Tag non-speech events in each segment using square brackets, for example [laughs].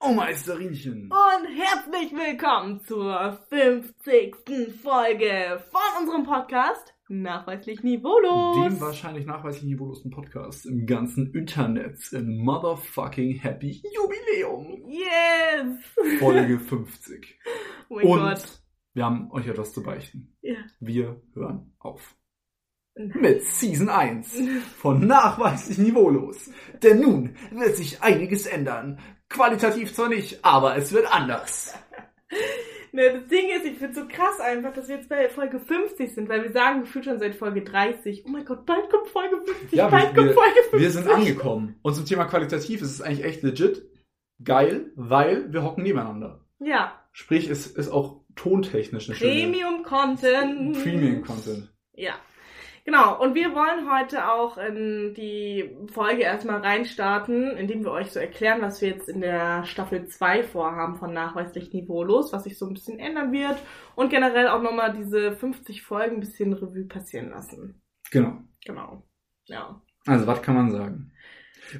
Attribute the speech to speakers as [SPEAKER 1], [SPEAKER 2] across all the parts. [SPEAKER 1] Oh, Meisterinchen!
[SPEAKER 2] Und herzlich willkommen zur 50. Folge von unserem Podcast Nachweislich Niveaulos.
[SPEAKER 1] Dem wahrscheinlich nachweislich niveaulosen Podcast im ganzen Internet. Ein motherfucking happy Jubiläum!
[SPEAKER 2] Yes!
[SPEAKER 1] Folge 50.
[SPEAKER 2] Oh mein
[SPEAKER 1] Und
[SPEAKER 2] Gott.
[SPEAKER 1] wir haben euch etwas zu beichten.
[SPEAKER 2] Ja.
[SPEAKER 1] Wir hören auf. Mit Season 1 von Nachweislich Niveaulos. Denn nun wird sich einiges ändern. Qualitativ zwar nicht, aber es wird anders.
[SPEAKER 2] Ne, das Ding ist, ich finde so krass einfach, dass wir jetzt bei Folge 50 sind, weil wir sagen gefühlt schon seit Folge 30. Oh mein Gott, bald kommt Folge 50,
[SPEAKER 1] Ja,
[SPEAKER 2] bald
[SPEAKER 1] wir-
[SPEAKER 2] kommt Folge 50.
[SPEAKER 1] Wir sind angekommen. Und zum Thema qualitativ ist es eigentlich echt legit geil, weil wir hocken nebeneinander.
[SPEAKER 2] Ja,
[SPEAKER 1] Sprich, es ist auch tontechnisch eine schöne-
[SPEAKER 2] Premium Content.
[SPEAKER 1] Premium Content.
[SPEAKER 2] Ja. Genau, und wir wollen heute auch in die Folge erstmal reinstarten, indem wir euch so erklären, was wir jetzt in der Staffel 2 vorhaben von Nachweislich Niveaulos, was sich so ein bisschen ändern wird und generell auch nochmal diese 50 Folgen ein bisschen Revue passieren lassen.
[SPEAKER 1] Genau.
[SPEAKER 2] Genau. Ja.
[SPEAKER 1] Also, was kann man sagen?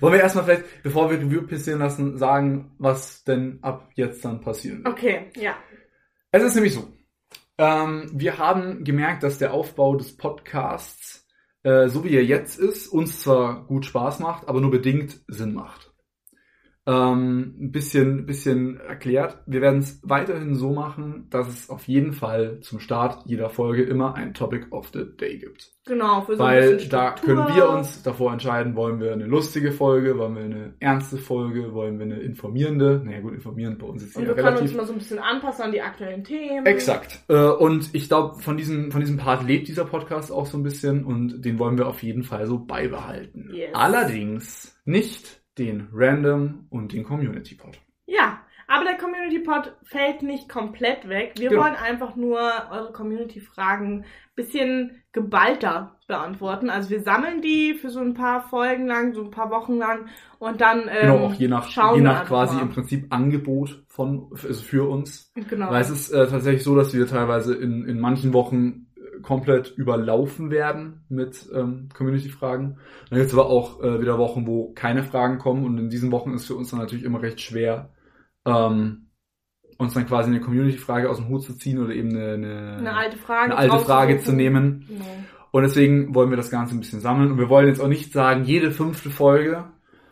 [SPEAKER 1] Wollen wir erstmal vielleicht, bevor wir Review passieren lassen, sagen, was denn ab jetzt dann passieren wird.
[SPEAKER 2] Okay, ja.
[SPEAKER 1] Es ist nämlich so. Ähm, wir haben gemerkt, dass der Aufbau des Podcasts, äh, so wie er jetzt ist, uns zwar gut Spaß macht, aber nur bedingt Sinn macht. Ähm, ein bisschen, bisschen erklärt. Wir werden es weiterhin so machen, dass es auf jeden Fall zum Start jeder Folge immer ein Topic of the Day gibt.
[SPEAKER 2] Genau, für so ein
[SPEAKER 1] Weil
[SPEAKER 2] bisschen
[SPEAKER 1] da
[SPEAKER 2] Struktur.
[SPEAKER 1] können wir uns davor entscheiden, wollen wir eine lustige Folge, wollen wir eine ernste Folge, wollen wir eine informierende. Naja gut, informierend bei uns ist
[SPEAKER 2] Und
[SPEAKER 1] ja
[SPEAKER 2] wir können
[SPEAKER 1] relativ
[SPEAKER 2] uns mal so ein bisschen anpassen an die aktuellen Themen.
[SPEAKER 1] Exakt. Äh, Und ich glaube, von diesem, von diesem Part lebt dieser Podcast auch so ein bisschen und den wollen wir auf jeden Fall so beibehalten.
[SPEAKER 2] Yes.
[SPEAKER 1] Allerdings nicht den Random und den Community Pod.
[SPEAKER 2] Ja, aber der Community Pod fällt nicht komplett weg. Wir
[SPEAKER 1] Genau.
[SPEAKER 2] wollen einfach nur eure Community-Fragen ein bisschen geballter beantworten. Also wir sammeln die für so ein paar Folgen lang, so ein paar Wochen lang und dann ähm,
[SPEAKER 1] Genau, auch je nach,
[SPEAKER 2] schauen
[SPEAKER 1] je
[SPEAKER 2] wir
[SPEAKER 1] nach
[SPEAKER 2] einfach
[SPEAKER 1] quasi
[SPEAKER 2] mal.
[SPEAKER 1] im Prinzip Angebot von, also für uns.
[SPEAKER 2] genau.
[SPEAKER 1] Weil es ist äh, tatsächlich so, dass wir teilweise in, in manchen Wochen äh, komplett überlaufen werden mit ähm, Community-Fragen. Dann gibt es aber auch äh, wieder Wochen, wo keine Fragen kommen und in diesen Wochen ist für uns dann natürlich immer recht schwer, ähm, uns dann quasi eine Community-Frage aus dem Hut zu ziehen oder eben eine, eine,
[SPEAKER 2] eine alte Frage,
[SPEAKER 1] eine alte Frage zu
[SPEAKER 2] raussuchen.
[SPEAKER 1] nehmen.
[SPEAKER 2] Genau.
[SPEAKER 1] Und deswegen wollen wir das Ganze ein bisschen sammeln und wir wollen jetzt auch nicht sagen, jede fünfte Folge,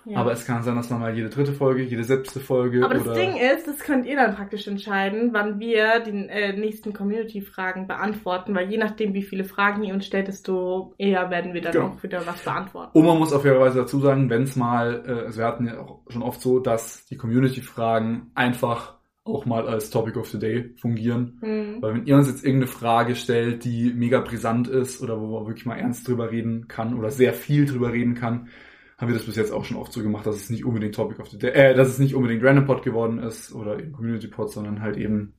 [SPEAKER 2] Ja.
[SPEAKER 1] aber es kann sein, dass man mal jede dritte Folge, jede sechste Folge
[SPEAKER 2] Aber
[SPEAKER 1] oder
[SPEAKER 2] das Ding ist, das könnt ihr dann praktisch entscheiden, wann wir die äh, nächsten Community-Fragen beantworten, weil je nachdem, wie viele Fragen ihr uns stellt, desto eher werden wir dann
[SPEAKER 1] Genau.
[SPEAKER 2] auch wieder was beantworten.
[SPEAKER 1] Und man muss auf jeden Fall dazu sagen, wenn es mal, äh, also wir hatten ja auch schon oft so, dass die Community-Fragen einfach auch mal als Topic of the Day fungieren.
[SPEAKER 2] Hm.
[SPEAKER 1] Weil wenn ihr uns jetzt irgendeine Frage stellt, die mega brisant ist oder wo man wirklich mal ernst drüber reden kann oder sehr viel drüber reden kann, haben wir das bis jetzt auch schon oft so gemacht, dass es nicht unbedingt Topic of the Day, äh, dass es nicht unbedingt Random Pod geworden ist oder eben Community Pod, sondern halt eben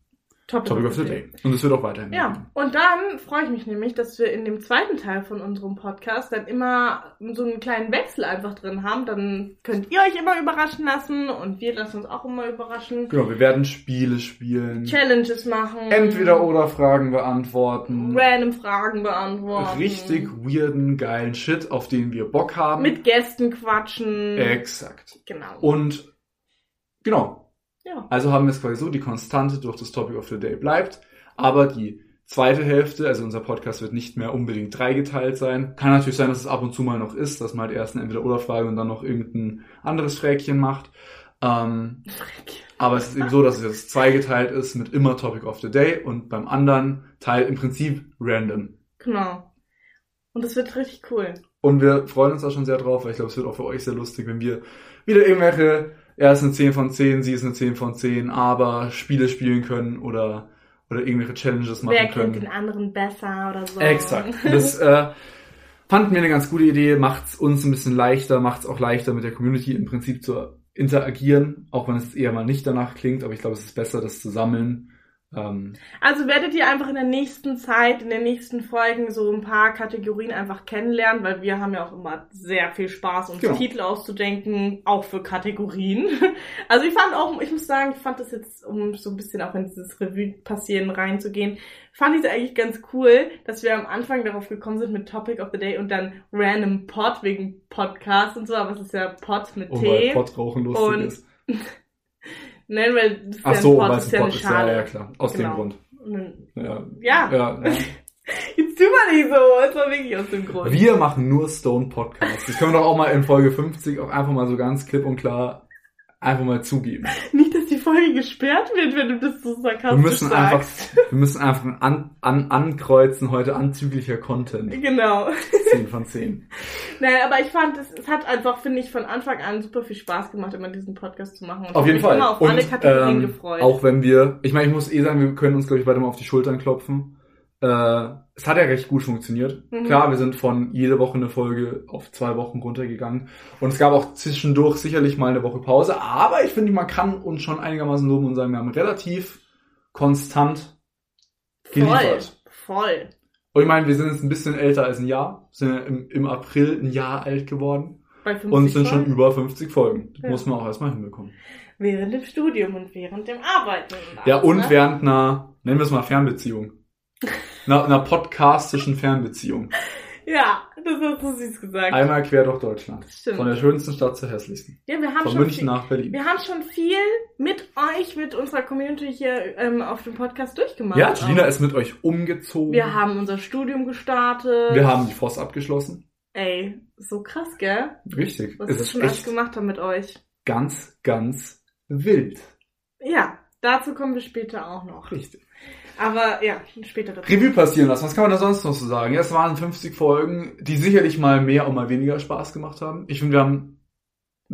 [SPEAKER 1] Topic of the Day. Und es wird auch weiterhin. geben.
[SPEAKER 2] Ja, und dann freue ich mich nämlich, dass wir in dem zweiten Teil von unserem Podcast dann immer so einen kleinen Wechsel einfach drin haben. Dann könnt ihr euch immer überraschen lassen und wir lassen uns auch immer überraschen.
[SPEAKER 1] Genau, wir werden Spiele spielen,
[SPEAKER 2] Challenges machen.
[SPEAKER 1] Genau. entweder oder Fragen beantworten.
[SPEAKER 2] Random Fragen beantworten.
[SPEAKER 1] richtig weirden, geilen Shit, auf den wir Bock haben.
[SPEAKER 2] Mit Gästen quatschen.
[SPEAKER 1] Exakt.
[SPEAKER 2] genau.
[SPEAKER 1] Und genau,
[SPEAKER 2] ja.
[SPEAKER 1] also haben wir es quasi so, die Konstante durch das Topic of the Day bleibt, aber die zweite Hälfte, also unser Podcast wird nicht mehr unbedingt dreigeteilt sein. Kann natürlich sein, dass es ab und zu mal noch ist, dass man halt erst eine Entweder-Oder-Frage und dann noch irgendein anderes Fräkchen macht. Ähm, aber es ist eben so, dass es jetzt zweigeteilt ist mit immer Topic of the Day und beim anderen Teil im Prinzip random.
[SPEAKER 2] Genau. Und das wird richtig cool.
[SPEAKER 1] Und wir freuen uns da schon sehr drauf, weil ich glaube, es wird auch für euch sehr lustig, wenn wir wieder irgendwelche, er ist eine 10 von 10, sie ist eine 10 von 10, aber Spiele spielen können oder, oder irgendwelche Challenges machen
[SPEAKER 2] Wer kennt den
[SPEAKER 1] können.
[SPEAKER 2] anderen besser oder so.
[SPEAKER 1] Exakt. Das äh, fanden wir eine ganz gute Idee, macht's uns ein bisschen leichter, macht's auch leichter mit der Community im Prinzip zu interagieren, auch wenn es eher mal nicht danach klingt, aber ich glaube, es ist besser, das zu sammeln. Ähm,
[SPEAKER 2] Also werdet ihr einfach in der nächsten Zeit, in den nächsten Folgen so ein paar Kategorien einfach kennenlernen, weil wir haben ja auch immer sehr viel Spaß, uns
[SPEAKER 1] Genau.
[SPEAKER 2] Titel auszudenken, auch für Kategorien. [laughs] Also ich fand auch, ich muss sagen, ich fand das jetzt, um so ein bisschen auch in dieses Revue passieren reinzugehen, fand ich es eigentlich ganz cool, dass wir am Anfang darauf gekommen sind mit Topic of the Day und dann Random Pod wegen Podcast und so, aber es ist ja Pod mit
[SPEAKER 1] und
[SPEAKER 2] T.
[SPEAKER 1] weil Pottrauchen lustig
[SPEAKER 2] Und-
[SPEAKER 1] ist.
[SPEAKER 2] Nein, ne, weil das
[SPEAKER 1] Ach so, weil
[SPEAKER 2] Port
[SPEAKER 1] es
[SPEAKER 2] ist ja eine
[SPEAKER 1] ein Pott ist. Ja, ja,
[SPEAKER 2] Schale.
[SPEAKER 1] klar. Aus
[SPEAKER 2] Genau.
[SPEAKER 1] dem Grund.
[SPEAKER 2] Und dann-
[SPEAKER 1] Ja.
[SPEAKER 2] Ja,
[SPEAKER 1] Ja, ja.
[SPEAKER 2] jetzt tu mal nicht so. Das war wirklich aus dem Grund.
[SPEAKER 1] Wir machen nur Stone Podcasts. Das können wir doch auch mal in Folge 50 auch einfach mal so ganz klipp und klar einfach mal zugeben.
[SPEAKER 2] Nicht, dass die Folge gesperrt wird, wenn du das so sarkastisch
[SPEAKER 1] Wir müssen einfach,
[SPEAKER 2] sagst.
[SPEAKER 1] wir müssen einfach an, an, ankreuzen heute anzüglicher Content.
[SPEAKER 2] Genau.
[SPEAKER 1] 10 von 10.
[SPEAKER 2] Naja, aber ich fand, es, es hat einfach, finde ich, von Anfang an super viel Spaß gemacht, immer diesen Podcast zu machen. Und
[SPEAKER 1] Auf
[SPEAKER 2] ich
[SPEAKER 1] jeden
[SPEAKER 2] hab mich
[SPEAKER 1] Fall.
[SPEAKER 2] Immer auf alle Kategorien
[SPEAKER 1] ähm,
[SPEAKER 2] gefreut.
[SPEAKER 1] auch wenn wir, ich meine, ich muss eh sagen, wir können uns, glaube ich, weiter mal auf die Schultern klopfen. Äh, es hat ja recht gut funktioniert.
[SPEAKER 2] Mhm.
[SPEAKER 1] Klar, wir sind von jede Woche eine Folge auf zwei Wochen runtergegangen. Und es gab auch zwischendurch sicherlich mal eine Woche Pause. Aber ich finde, man kann uns schon einigermaßen loben und sagen, wir haben relativ konstant
[SPEAKER 2] voll.
[SPEAKER 1] geliefert.
[SPEAKER 2] Voll.
[SPEAKER 1] Und ich meine, wir sind jetzt ein bisschen älter als ein Jahr. Sind ja im, im April ein Jahr alt geworden.
[SPEAKER 2] Bei 50
[SPEAKER 1] Und sind schon
[SPEAKER 2] Folgen.
[SPEAKER 1] über 50 Folgen. Das
[SPEAKER 2] Ja.
[SPEAKER 1] muss man auch erstmal hinbekommen.
[SPEAKER 2] während dem Studium und während dem Arbeiten. und
[SPEAKER 1] Ja,
[SPEAKER 2] alles,
[SPEAKER 1] und
[SPEAKER 2] ne?
[SPEAKER 1] während einer, nennen wir es mal Fernbeziehung. Einer, einer podcastischen Fernbeziehung.
[SPEAKER 2] Ja, das hast du süß gesagt.
[SPEAKER 1] Einmal quer durch Deutschland.
[SPEAKER 2] Stimmt.
[SPEAKER 1] Von der schönsten Stadt zur hässlichsten.
[SPEAKER 2] ja, wir haben
[SPEAKER 1] Von
[SPEAKER 2] schon
[SPEAKER 1] München
[SPEAKER 2] viel,
[SPEAKER 1] nach Berlin.
[SPEAKER 2] Wir haben schon viel mit euch, mit unserer Community hier ähm, auf dem Podcast durchgemacht.
[SPEAKER 1] Ja, Julina ist mit euch umgezogen.
[SPEAKER 2] Wir haben unser Studium gestartet.
[SPEAKER 1] wir haben die Voss abgeschlossen.
[SPEAKER 2] Ey, so krass, gell?
[SPEAKER 1] Richtig.
[SPEAKER 2] Was
[SPEAKER 1] es
[SPEAKER 2] wir
[SPEAKER 1] ist
[SPEAKER 2] schon alles
[SPEAKER 1] echt
[SPEAKER 2] gemacht haben mit euch.
[SPEAKER 1] ganz, ganz wild.
[SPEAKER 2] Ja, dazu kommen wir später auch noch.
[SPEAKER 1] Richtig.
[SPEAKER 2] Aber ja, später dazu.
[SPEAKER 1] Revue passieren lassen. Was kann man da sonst noch so sagen? Ja, es waren 50 Folgen, die sicherlich mal mehr und mal weniger Spaß gemacht haben. Ich finde, wir haben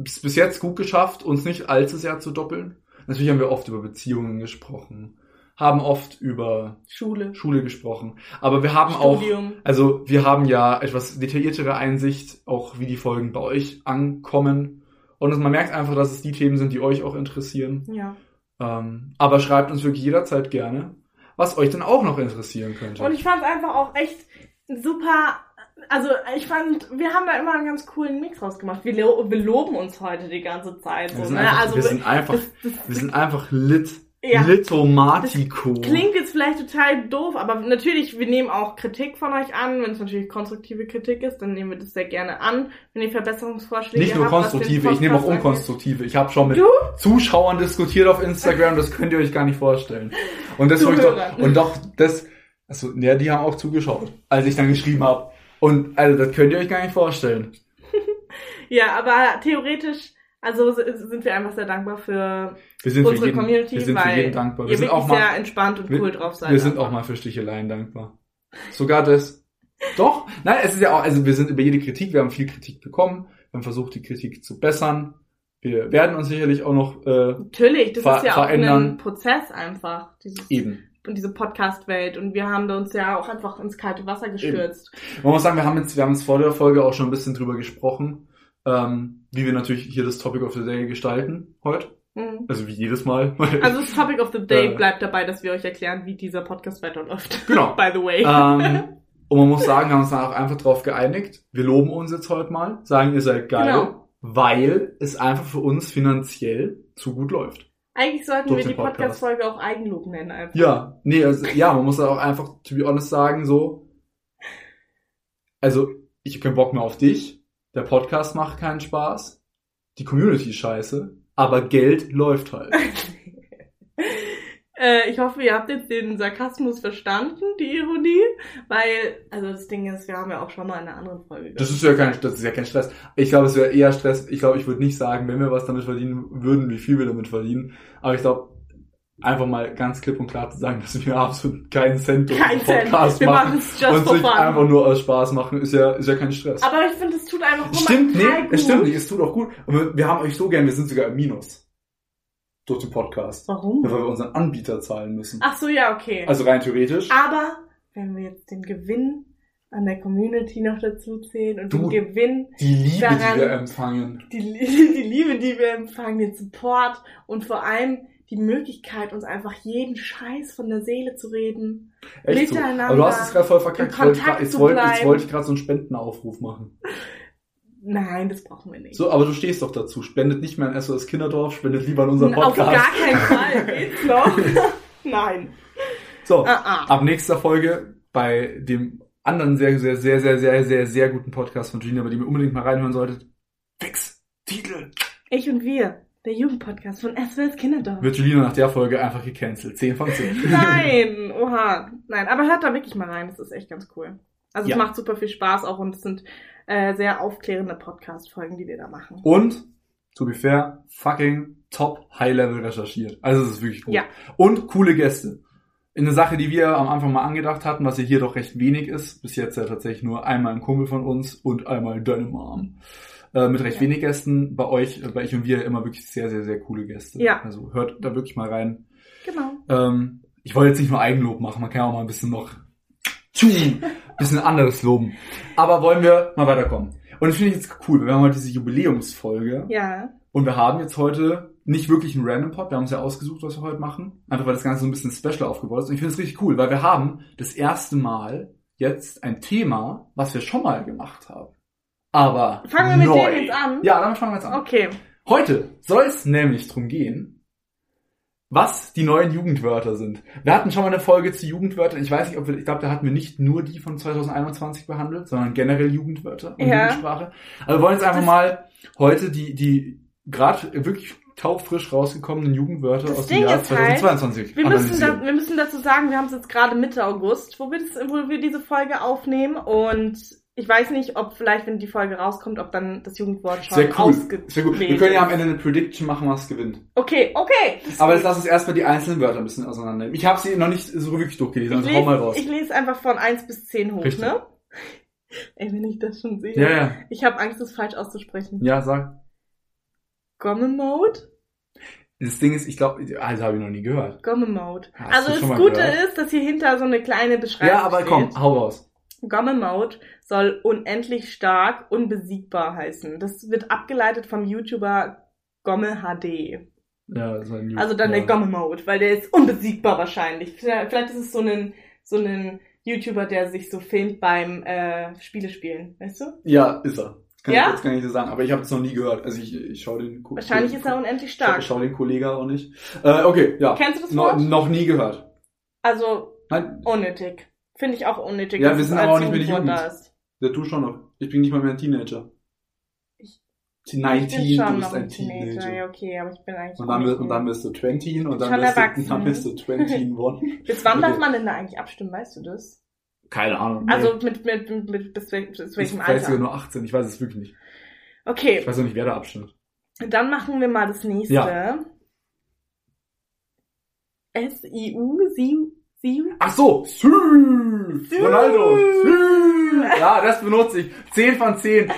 [SPEAKER 1] es bis jetzt gut geschafft, uns nicht allzu sehr zu doppeln. Natürlich haben wir oft über Beziehungen gesprochen, haben oft über
[SPEAKER 2] Schule,
[SPEAKER 1] Schule gesprochen, aber wir haben auch,
[SPEAKER 2] Studium.
[SPEAKER 1] also wir haben ja etwas detailliertere Einsicht, auch wie die Folgen bei euch ankommen. Und dass man merkt einfach, dass es die Themen sind, die euch auch interessieren.
[SPEAKER 2] Ja.
[SPEAKER 1] Ähm, aber schreibt uns wirklich jederzeit gerne, was euch denn auch noch interessieren könnte.
[SPEAKER 2] Und ich fand es einfach auch echt super. Also ich fand, wir haben da immer einen ganz coolen Mix rausgemacht. Wir, lo wir loben uns heute die ganze Zeit. So,
[SPEAKER 1] Wir sind
[SPEAKER 2] ne?
[SPEAKER 1] einfach,
[SPEAKER 2] also
[SPEAKER 1] wir sind einfach,
[SPEAKER 2] das, das
[SPEAKER 1] wir sind einfach lit,
[SPEAKER 2] ja,
[SPEAKER 1] litomatico.
[SPEAKER 2] klingt jetzt vielleicht total doof, aber natürlich, wir nehmen auch Kritik von euch an. Wenn es natürlich konstruktive Kritik ist, dann nehmen wir das sehr gerne an. Wenn ihr Verbesserungsvorschläge
[SPEAKER 1] nicht nur
[SPEAKER 2] habt, was den
[SPEAKER 1] konstruktive, ich nehme auch
[SPEAKER 2] Podcast angeht.
[SPEAKER 1] unkonstruktive. Ich habe schon mit
[SPEAKER 2] Du?
[SPEAKER 1] Zuschauern diskutiert auf Instagram, das könnt ihr euch gar nicht vorstellen. Und das wurde ich
[SPEAKER 2] Zuhörern.
[SPEAKER 1] doch, und doch das, also ja, die haben auch zugeschaut, als ich dann geschrieben habe. Und also das könnt ihr euch gar nicht vorstellen.
[SPEAKER 2] Ja, aber theoretisch, also s- sind wir einfach sehr dankbar für
[SPEAKER 1] Wir sind für
[SPEAKER 2] unsere
[SPEAKER 1] jeden,
[SPEAKER 2] Community,
[SPEAKER 1] wir sind
[SPEAKER 2] weil
[SPEAKER 1] für jeden dankbar. Wir
[SPEAKER 2] ihr
[SPEAKER 1] sind
[SPEAKER 2] wirklich
[SPEAKER 1] auch mal,
[SPEAKER 2] sehr entspannt und
[SPEAKER 1] wir-
[SPEAKER 2] cool drauf seid.
[SPEAKER 1] wir sind auch mal für Sticheleien dankbar. Sogar das. Doch, nein, es ist ja auch, also wir sind über jede Kritik, wir haben viel Kritik bekommen, wir haben versucht, die Kritik zu bessern. Wir werden uns sicherlich auch noch äh,
[SPEAKER 2] Natürlich, das
[SPEAKER 1] ver-
[SPEAKER 2] ist ja auch ein
[SPEAKER 1] verändern.
[SPEAKER 2] Prozess einfach, dieses,
[SPEAKER 1] eben.
[SPEAKER 2] und diese Podcast-Welt. Und wir haben da uns ja auch einfach ins kalte Wasser gestürzt.
[SPEAKER 1] Man muss sagen, wir haben jetzt, wir haben jetzt vor der Folge auch schon ein bisschen drüber gesprochen, ähm, wie wir natürlich hier das Topic of the Day gestalten heute.
[SPEAKER 2] Mhm.
[SPEAKER 1] Also wie jedes Mal. [laughs]
[SPEAKER 2] Also das Topic of the Day
[SPEAKER 1] Äh.
[SPEAKER 2] bleibt dabei, dass wir euch erklären, wie dieser Podcast weiterläuft.
[SPEAKER 1] Genau.
[SPEAKER 2] By the way.
[SPEAKER 1] ähm, und man muss sagen, wir haben uns dann auch einfach drauf geeinigt. Wir loben uns jetzt heute mal, sagen, ihr seid geil,
[SPEAKER 2] Genau.
[SPEAKER 1] weil es einfach für uns finanziell zu gut läuft.
[SPEAKER 2] Eigentlich sollten
[SPEAKER 1] durch
[SPEAKER 2] wir
[SPEAKER 1] den
[SPEAKER 2] die
[SPEAKER 1] Podcast.
[SPEAKER 2] Podcast-Folge auch Eigenlob nennen einfach.
[SPEAKER 1] Ja, nee, also, ja, man muss halt auch einfach, to be honest, sagen, so, also, ich hab keinen Bock mehr auf dich, der Podcast macht keinen Spaß, die Community ist scheiße, aber Geld läuft halt.
[SPEAKER 2] [laughs] Äh, ich hoffe, ihr habt jetzt den Sarkasmus verstanden, die Ironie, weil, also das Ding ist, wir haben ja auch schon mal in einer anderen Folge.
[SPEAKER 1] Das ist ja kein, das ist ja kein Stress. Ich glaube, es wäre eher Stress, ich glaube, ich würde nicht sagen, wenn wir was damit verdienen würden, wie viel wir damit verdienen, aber ich glaube, einfach mal ganz klipp und klar zu sagen, dass wir absolut keinen Cent durch
[SPEAKER 2] Kein
[SPEAKER 1] den
[SPEAKER 2] Cent.
[SPEAKER 1] Podcast
[SPEAKER 2] Wir machen
[SPEAKER 1] machen
[SPEAKER 2] es just
[SPEAKER 1] und
[SPEAKER 2] for
[SPEAKER 1] sich einfach
[SPEAKER 2] fun.
[SPEAKER 1] nur aus Spaß machen, ist ja, ist ja kein Stress.
[SPEAKER 2] Aber ich finde, es tut einfach
[SPEAKER 1] Es
[SPEAKER 2] immer
[SPEAKER 1] Stimmt, nee,
[SPEAKER 2] total gut.
[SPEAKER 1] es stimmt nicht, es tut auch gut. Und wir, wir haben euch so gern, wir sind sogar im Minus. Durch den Podcast. Weil
[SPEAKER 2] Warum?
[SPEAKER 1] wir unseren Anbieter zahlen müssen.
[SPEAKER 2] Ach so, ja, okay.
[SPEAKER 1] Also rein theoretisch.
[SPEAKER 2] Aber wenn wir jetzt den Gewinn an der Community noch dazu zählen und den
[SPEAKER 1] Du.
[SPEAKER 2] Gewinn,
[SPEAKER 1] Die Liebe,
[SPEAKER 2] daran-
[SPEAKER 1] die wir empfangen.
[SPEAKER 2] die, [laughs] die Liebe, die wir empfangen, den Support und vor allem die Möglichkeit, uns einfach jeden Scheiß von der Seele zu reden.
[SPEAKER 1] Echt so.
[SPEAKER 2] Miteinander
[SPEAKER 1] Aber du hast es gerade voll verkackt.
[SPEAKER 2] in
[SPEAKER 1] Ich wollte
[SPEAKER 2] Kontakt
[SPEAKER 1] grad- Jetzt
[SPEAKER 2] zu
[SPEAKER 1] wollte, jetzt
[SPEAKER 2] bleiben.
[SPEAKER 1] wollte ich gerade so einen Spendenaufruf machen.
[SPEAKER 2] Nein, das brauchen wir nicht.
[SPEAKER 1] So, aber du stehst doch dazu. Spendet nicht mehr an SOS Kinderdorf, spendet lieber an unseren
[SPEAKER 2] Auf gar
[SPEAKER 1] Podcast.
[SPEAKER 2] keinen
[SPEAKER 1] [laughs]
[SPEAKER 2] Fall. Geht's noch? [laughs] Nein.
[SPEAKER 1] So,
[SPEAKER 2] Ah, ah.
[SPEAKER 1] ab nächster Folge bei dem anderen sehr, sehr, sehr, sehr, sehr, sehr, sehr guten Podcast von Gina, bei dem ihr unbedingt mal reinhören solltet. Fix. Titel.
[SPEAKER 2] Ich und wir. Der Jugendpodcast von SWS Kinderdorf.
[SPEAKER 1] Wird Julina nach der Folge einfach gecancelt. 10 von 10.
[SPEAKER 2] Nein, oha. Nein, aber hört da wirklich mal rein, das ist echt ganz cool. Also
[SPEAKER 1] Ja.
[SPEAKER 2] es macht super viel Spaß auch und es sind äh, sehr aufklärende Podcast-Folgen, die wir da machen.
[SPEAKER 1] Und, to be fair, fucking top High-Level recherchiert. Also es ist wirklich gut.
[SPEAKER 2] Ja.
[SPEAKER 1] Und coole Gäste. In eine Sache, die wir am Anfang mal angedacht hatten, was ja hier doch recht wenig ist. Bis jetzt ja tatsächlich nur einmal ein Kumpel von uns und einmal deine Mom. Äh, mit recht
[SPEAKER 2] Ja.
[SPEAKER 1] wenig Gästen. Bei euch, äh, bei ich und wir immer wirklich sehr, sehr, sehr coole Gäste.
[SPEAKER 2] Ja.
[SPEAKER 1] Also hört da wirklich mal rein.
[SPEAKER 2] Genau.
[SPEAKER 1] Ähm, ich wollte jetzt nicht nur Eigenlob machen, man kann ja auch mal ein bisschen noch tun,
[SPEAKER 2] [laughs]
[SPEAKER 1] ein bisschen anderes loben. Aber wollen wir mal weiterkommen. Und das finde ich jetzt cool, wir haben heute diese Jubiläumsfolge
[SPEAKER 2] Ja,
[SPEAKER 1] und wir haben jetzt heute nicht wirklich einen Random Pod, wir haben uns ja ausgesucht, was wir heute machen. Einfach weil das Ganze so ein bisschen special aufgebaut ist. Und ich finde es richtig cool, weil wir haben das erste Mal jetzt ein Thema, was wir schon mal gemacht haben. Aber
[SPEAKER 2] fangen wir mit
[SPEAKER 1] neu.
[SPEAKER 2] dem jetzt an.
[SPEAKER 1] Ja, damit fangen wir jetzt an.
[SPEAKER 2] Okay.
[SPEAKER 1] Heute soll es nämlich drum gehen, was die neuen Jugendwörter sind. Wir hatten schon mal eine Folge zu Jugendwörtern. Ich weiß nicht, ob wir, ich glaube, da hatten wir nicht nur die von 2021 behandelt, sondern generell Jugendwörter und
[SPEAKER 2] Ja.
[SPEAKER 1] Jugendsprache. Aber wir wollen jetzt einfach
[SPEAKER 2] Das-
[SPEAKER 1] mal heute die, die gerade wirklich taufrisch rausgekommenen Jugendwörter
[SPEAKER 2] Das
[SPEAKER 1] aus
[SPEAKER 2] Ding
[SPEAKER 1] dem Jahr
[SPEAKER 2] ist halt,
[SPEAKER 1] 2022
[SPEAKER 2] Wir müssen,
[SPEAKER 1] analysieren.
[SPEAKER 2] da, wir müssen dazu sagen, wir haben es jetzt gerade Mitte August, wo wir, das, wo wir diese Folge aufnehmen und ich weiß nicht, ob vielleicht, wenn die Folge rauskommt, ob dann das Jugendwort schon
[SPEAKER 1] Sehr cool.
[SPEAKER 2] ausge-
[SPEAKER 1] Sehr gut. Wir
[SPEAKER 2] gewählt
[SPEAKER 1] können ja am
[SPEAKER 2] ist.
[SPEAKER 1] Ende eine Prediction machen, was gewinnt.
[SPEAKER 2] Okay, okay. Das ist
[SPEAKER 1] Aber
[SPEAKER 2] gut.
[SPEAKER 1] jetzt lass uns erstmal die einzelnen Wörter ein bisschen auseinandernehmen. Ich habe sie noch nicht so wirklich durchgelesen,
[SPEAKER 2] Ich
[SPEAKER 1] also hau mal
[SPEAKER 2] lese,
[SPEAKER 1] raus.
[SPEAKER 2] ich lese einfach von 1 bis 10 hoch,
[SPEAKER 1] Richtig.
[SPEAKER 2] ne? [laughs] Ey, wenn ich das schon sehe.
[SPEAKER 1] Ja, ja.
[SPEAKER 2] Ich habe Angst, es falsch auszusprechen.
[SPEAKER 1] Ja, sag.
[SPEAKER 2] Gomme-Mode?
[SPEAKER 1] Das Ding ist, ich glaube, also habe ich noch nie gehört.
[SPEAKER 2] Gomme-Mode.
[SPEAKER 1] Hast du
[SPEAKER 2] also
[SPEAKER 1] schon mal
[SPEAKER 2] das Gute
[SPEAKER 1] gehört?
[SPEAKER 2] ist, dass hier hinter so eine kleine Beschreibung
[SPEAKER 1] Ja, aber
[SPEAKER 2] steht.
[SPEAKER 1] komm, hau raus.
[SPEAKER 2] Gomme-Mode soll unendlich stark, unbesiegbar heißen. Das wird abgeleitet vom YouTuber Gomme HD.
[SPEAKER 1] Ja, das war ein
[SPEAKER 2] Also dann
[SPEAKER 1] Hm, ja.
[SPEAKER 2] der Gomme-Mode, weil der ist unbesiegbar wahrscheinlich. Vielleicht vielleicht ist es so ein, so ein YouTuber, der sich so filmt beim äh, Spiele spielen, weißt du?
[SPEAKER 1] Ja, ist er. Kann
[SPEAKER 2] Ja?
[SPEAKER 1] Ich, jetzt kann ich dir sagen, aber ich habe es noch nie gehört. Also ich, ich schaue den Ko-
[SPEAKER 2] Wahrscheinlich
[SPEAKER 1] Ko-
[SPEAKER 2] ist er unendlich
[SPEAKER 1] Ich schaue
[SPEAKER 2] stark.
[SPEAKER 1] schau den Kollegen auch nicht. Äh, okay, ja.
[SPEAKER 2] Kennst du das
[SPEAKER 1] No,
[SPEAKER 2] Wort?
[SPEAKER 1] noch nie gehört.
[SPEAKER 2] Also
[SPEAKER 1] Nein,
[SPEAKER 2] unnötig. Finde ich auch unnötig.
[SPEAKER 1] Ja,
[SPEAKER 2] dass
[SPEAKER 1] wir
[SPEAKER 2] es
[SPEAKER 1] sind
[SPEAKER 2] als
[SPEAKER 1] aber auch nicht mehr die
[SPEAKER 2] Jugendwort
[SPEAKER 1] Jugend.
[SPEAKER 2] da ist.
[SPEAKER 1] der tu schon noch. Ich bin nicht mal mehr ein Teenager.
[SPEAKER 2] Ich-
[SPEAKER 1] Nein,
[SPEAKER 2] Ich bin
[SPEAKER 1] Teen,
[SPEAKER 2] schon
[SPEAKER 1] du bist
[SPEAKER 2] noch ein
[SPEAKER 1] ein
[SPEAKER 2] Teenager.
[SPEAKER 1] Teenager.
[SPEAKER 2] Ja, okay, aber ich bin eigentlich.
[SPEAKER 1] Und
[SPEAKER 2] auch
[SPEAKER 1] dann,
[SPEAKER 2] nicht
[SPEAKER 1] bist- und
[SPEAKER 2] mehr.
[SPEAKER 1] dann bist du 20 und dann
[SPEAKER 2] Schon
[SPEAKER 1] bist, du,
[SPEAKER 2] erwachsen.
[SPEAKER 1] dann bist du 20 one.
[SPEAKER 2] Bis wann darf man denn da eigentlich abstimmen, weißt du das?
[SPEAKER 1] Keine Ahnung.
[SPEAKER 2] Also mit, mit, mit, mit bis, wel- bis
[SPEAKER 1] ich
[SPEAKER 2] welchem
[SPEAKER 1] weiß sogar
[SPEAKER 2] Alter?
[SPEAKER 1] nur 18, ich weiß es wirklich nicht. Ich
[SPEAKER 2] Okay,
[SPEAKER 1] weiß auch nicht, wer da abstimmt.
[SPEAKER 2] dann machen wir mal das nächste.
[SPEAKER 1] Ja.
[SPEAKER 2] S-I-U, Siu, Siu.
[SPEAKER 1] Ach so, Sü. Ronaldo. Sü. Ja, das benutze ich. 10 von 10.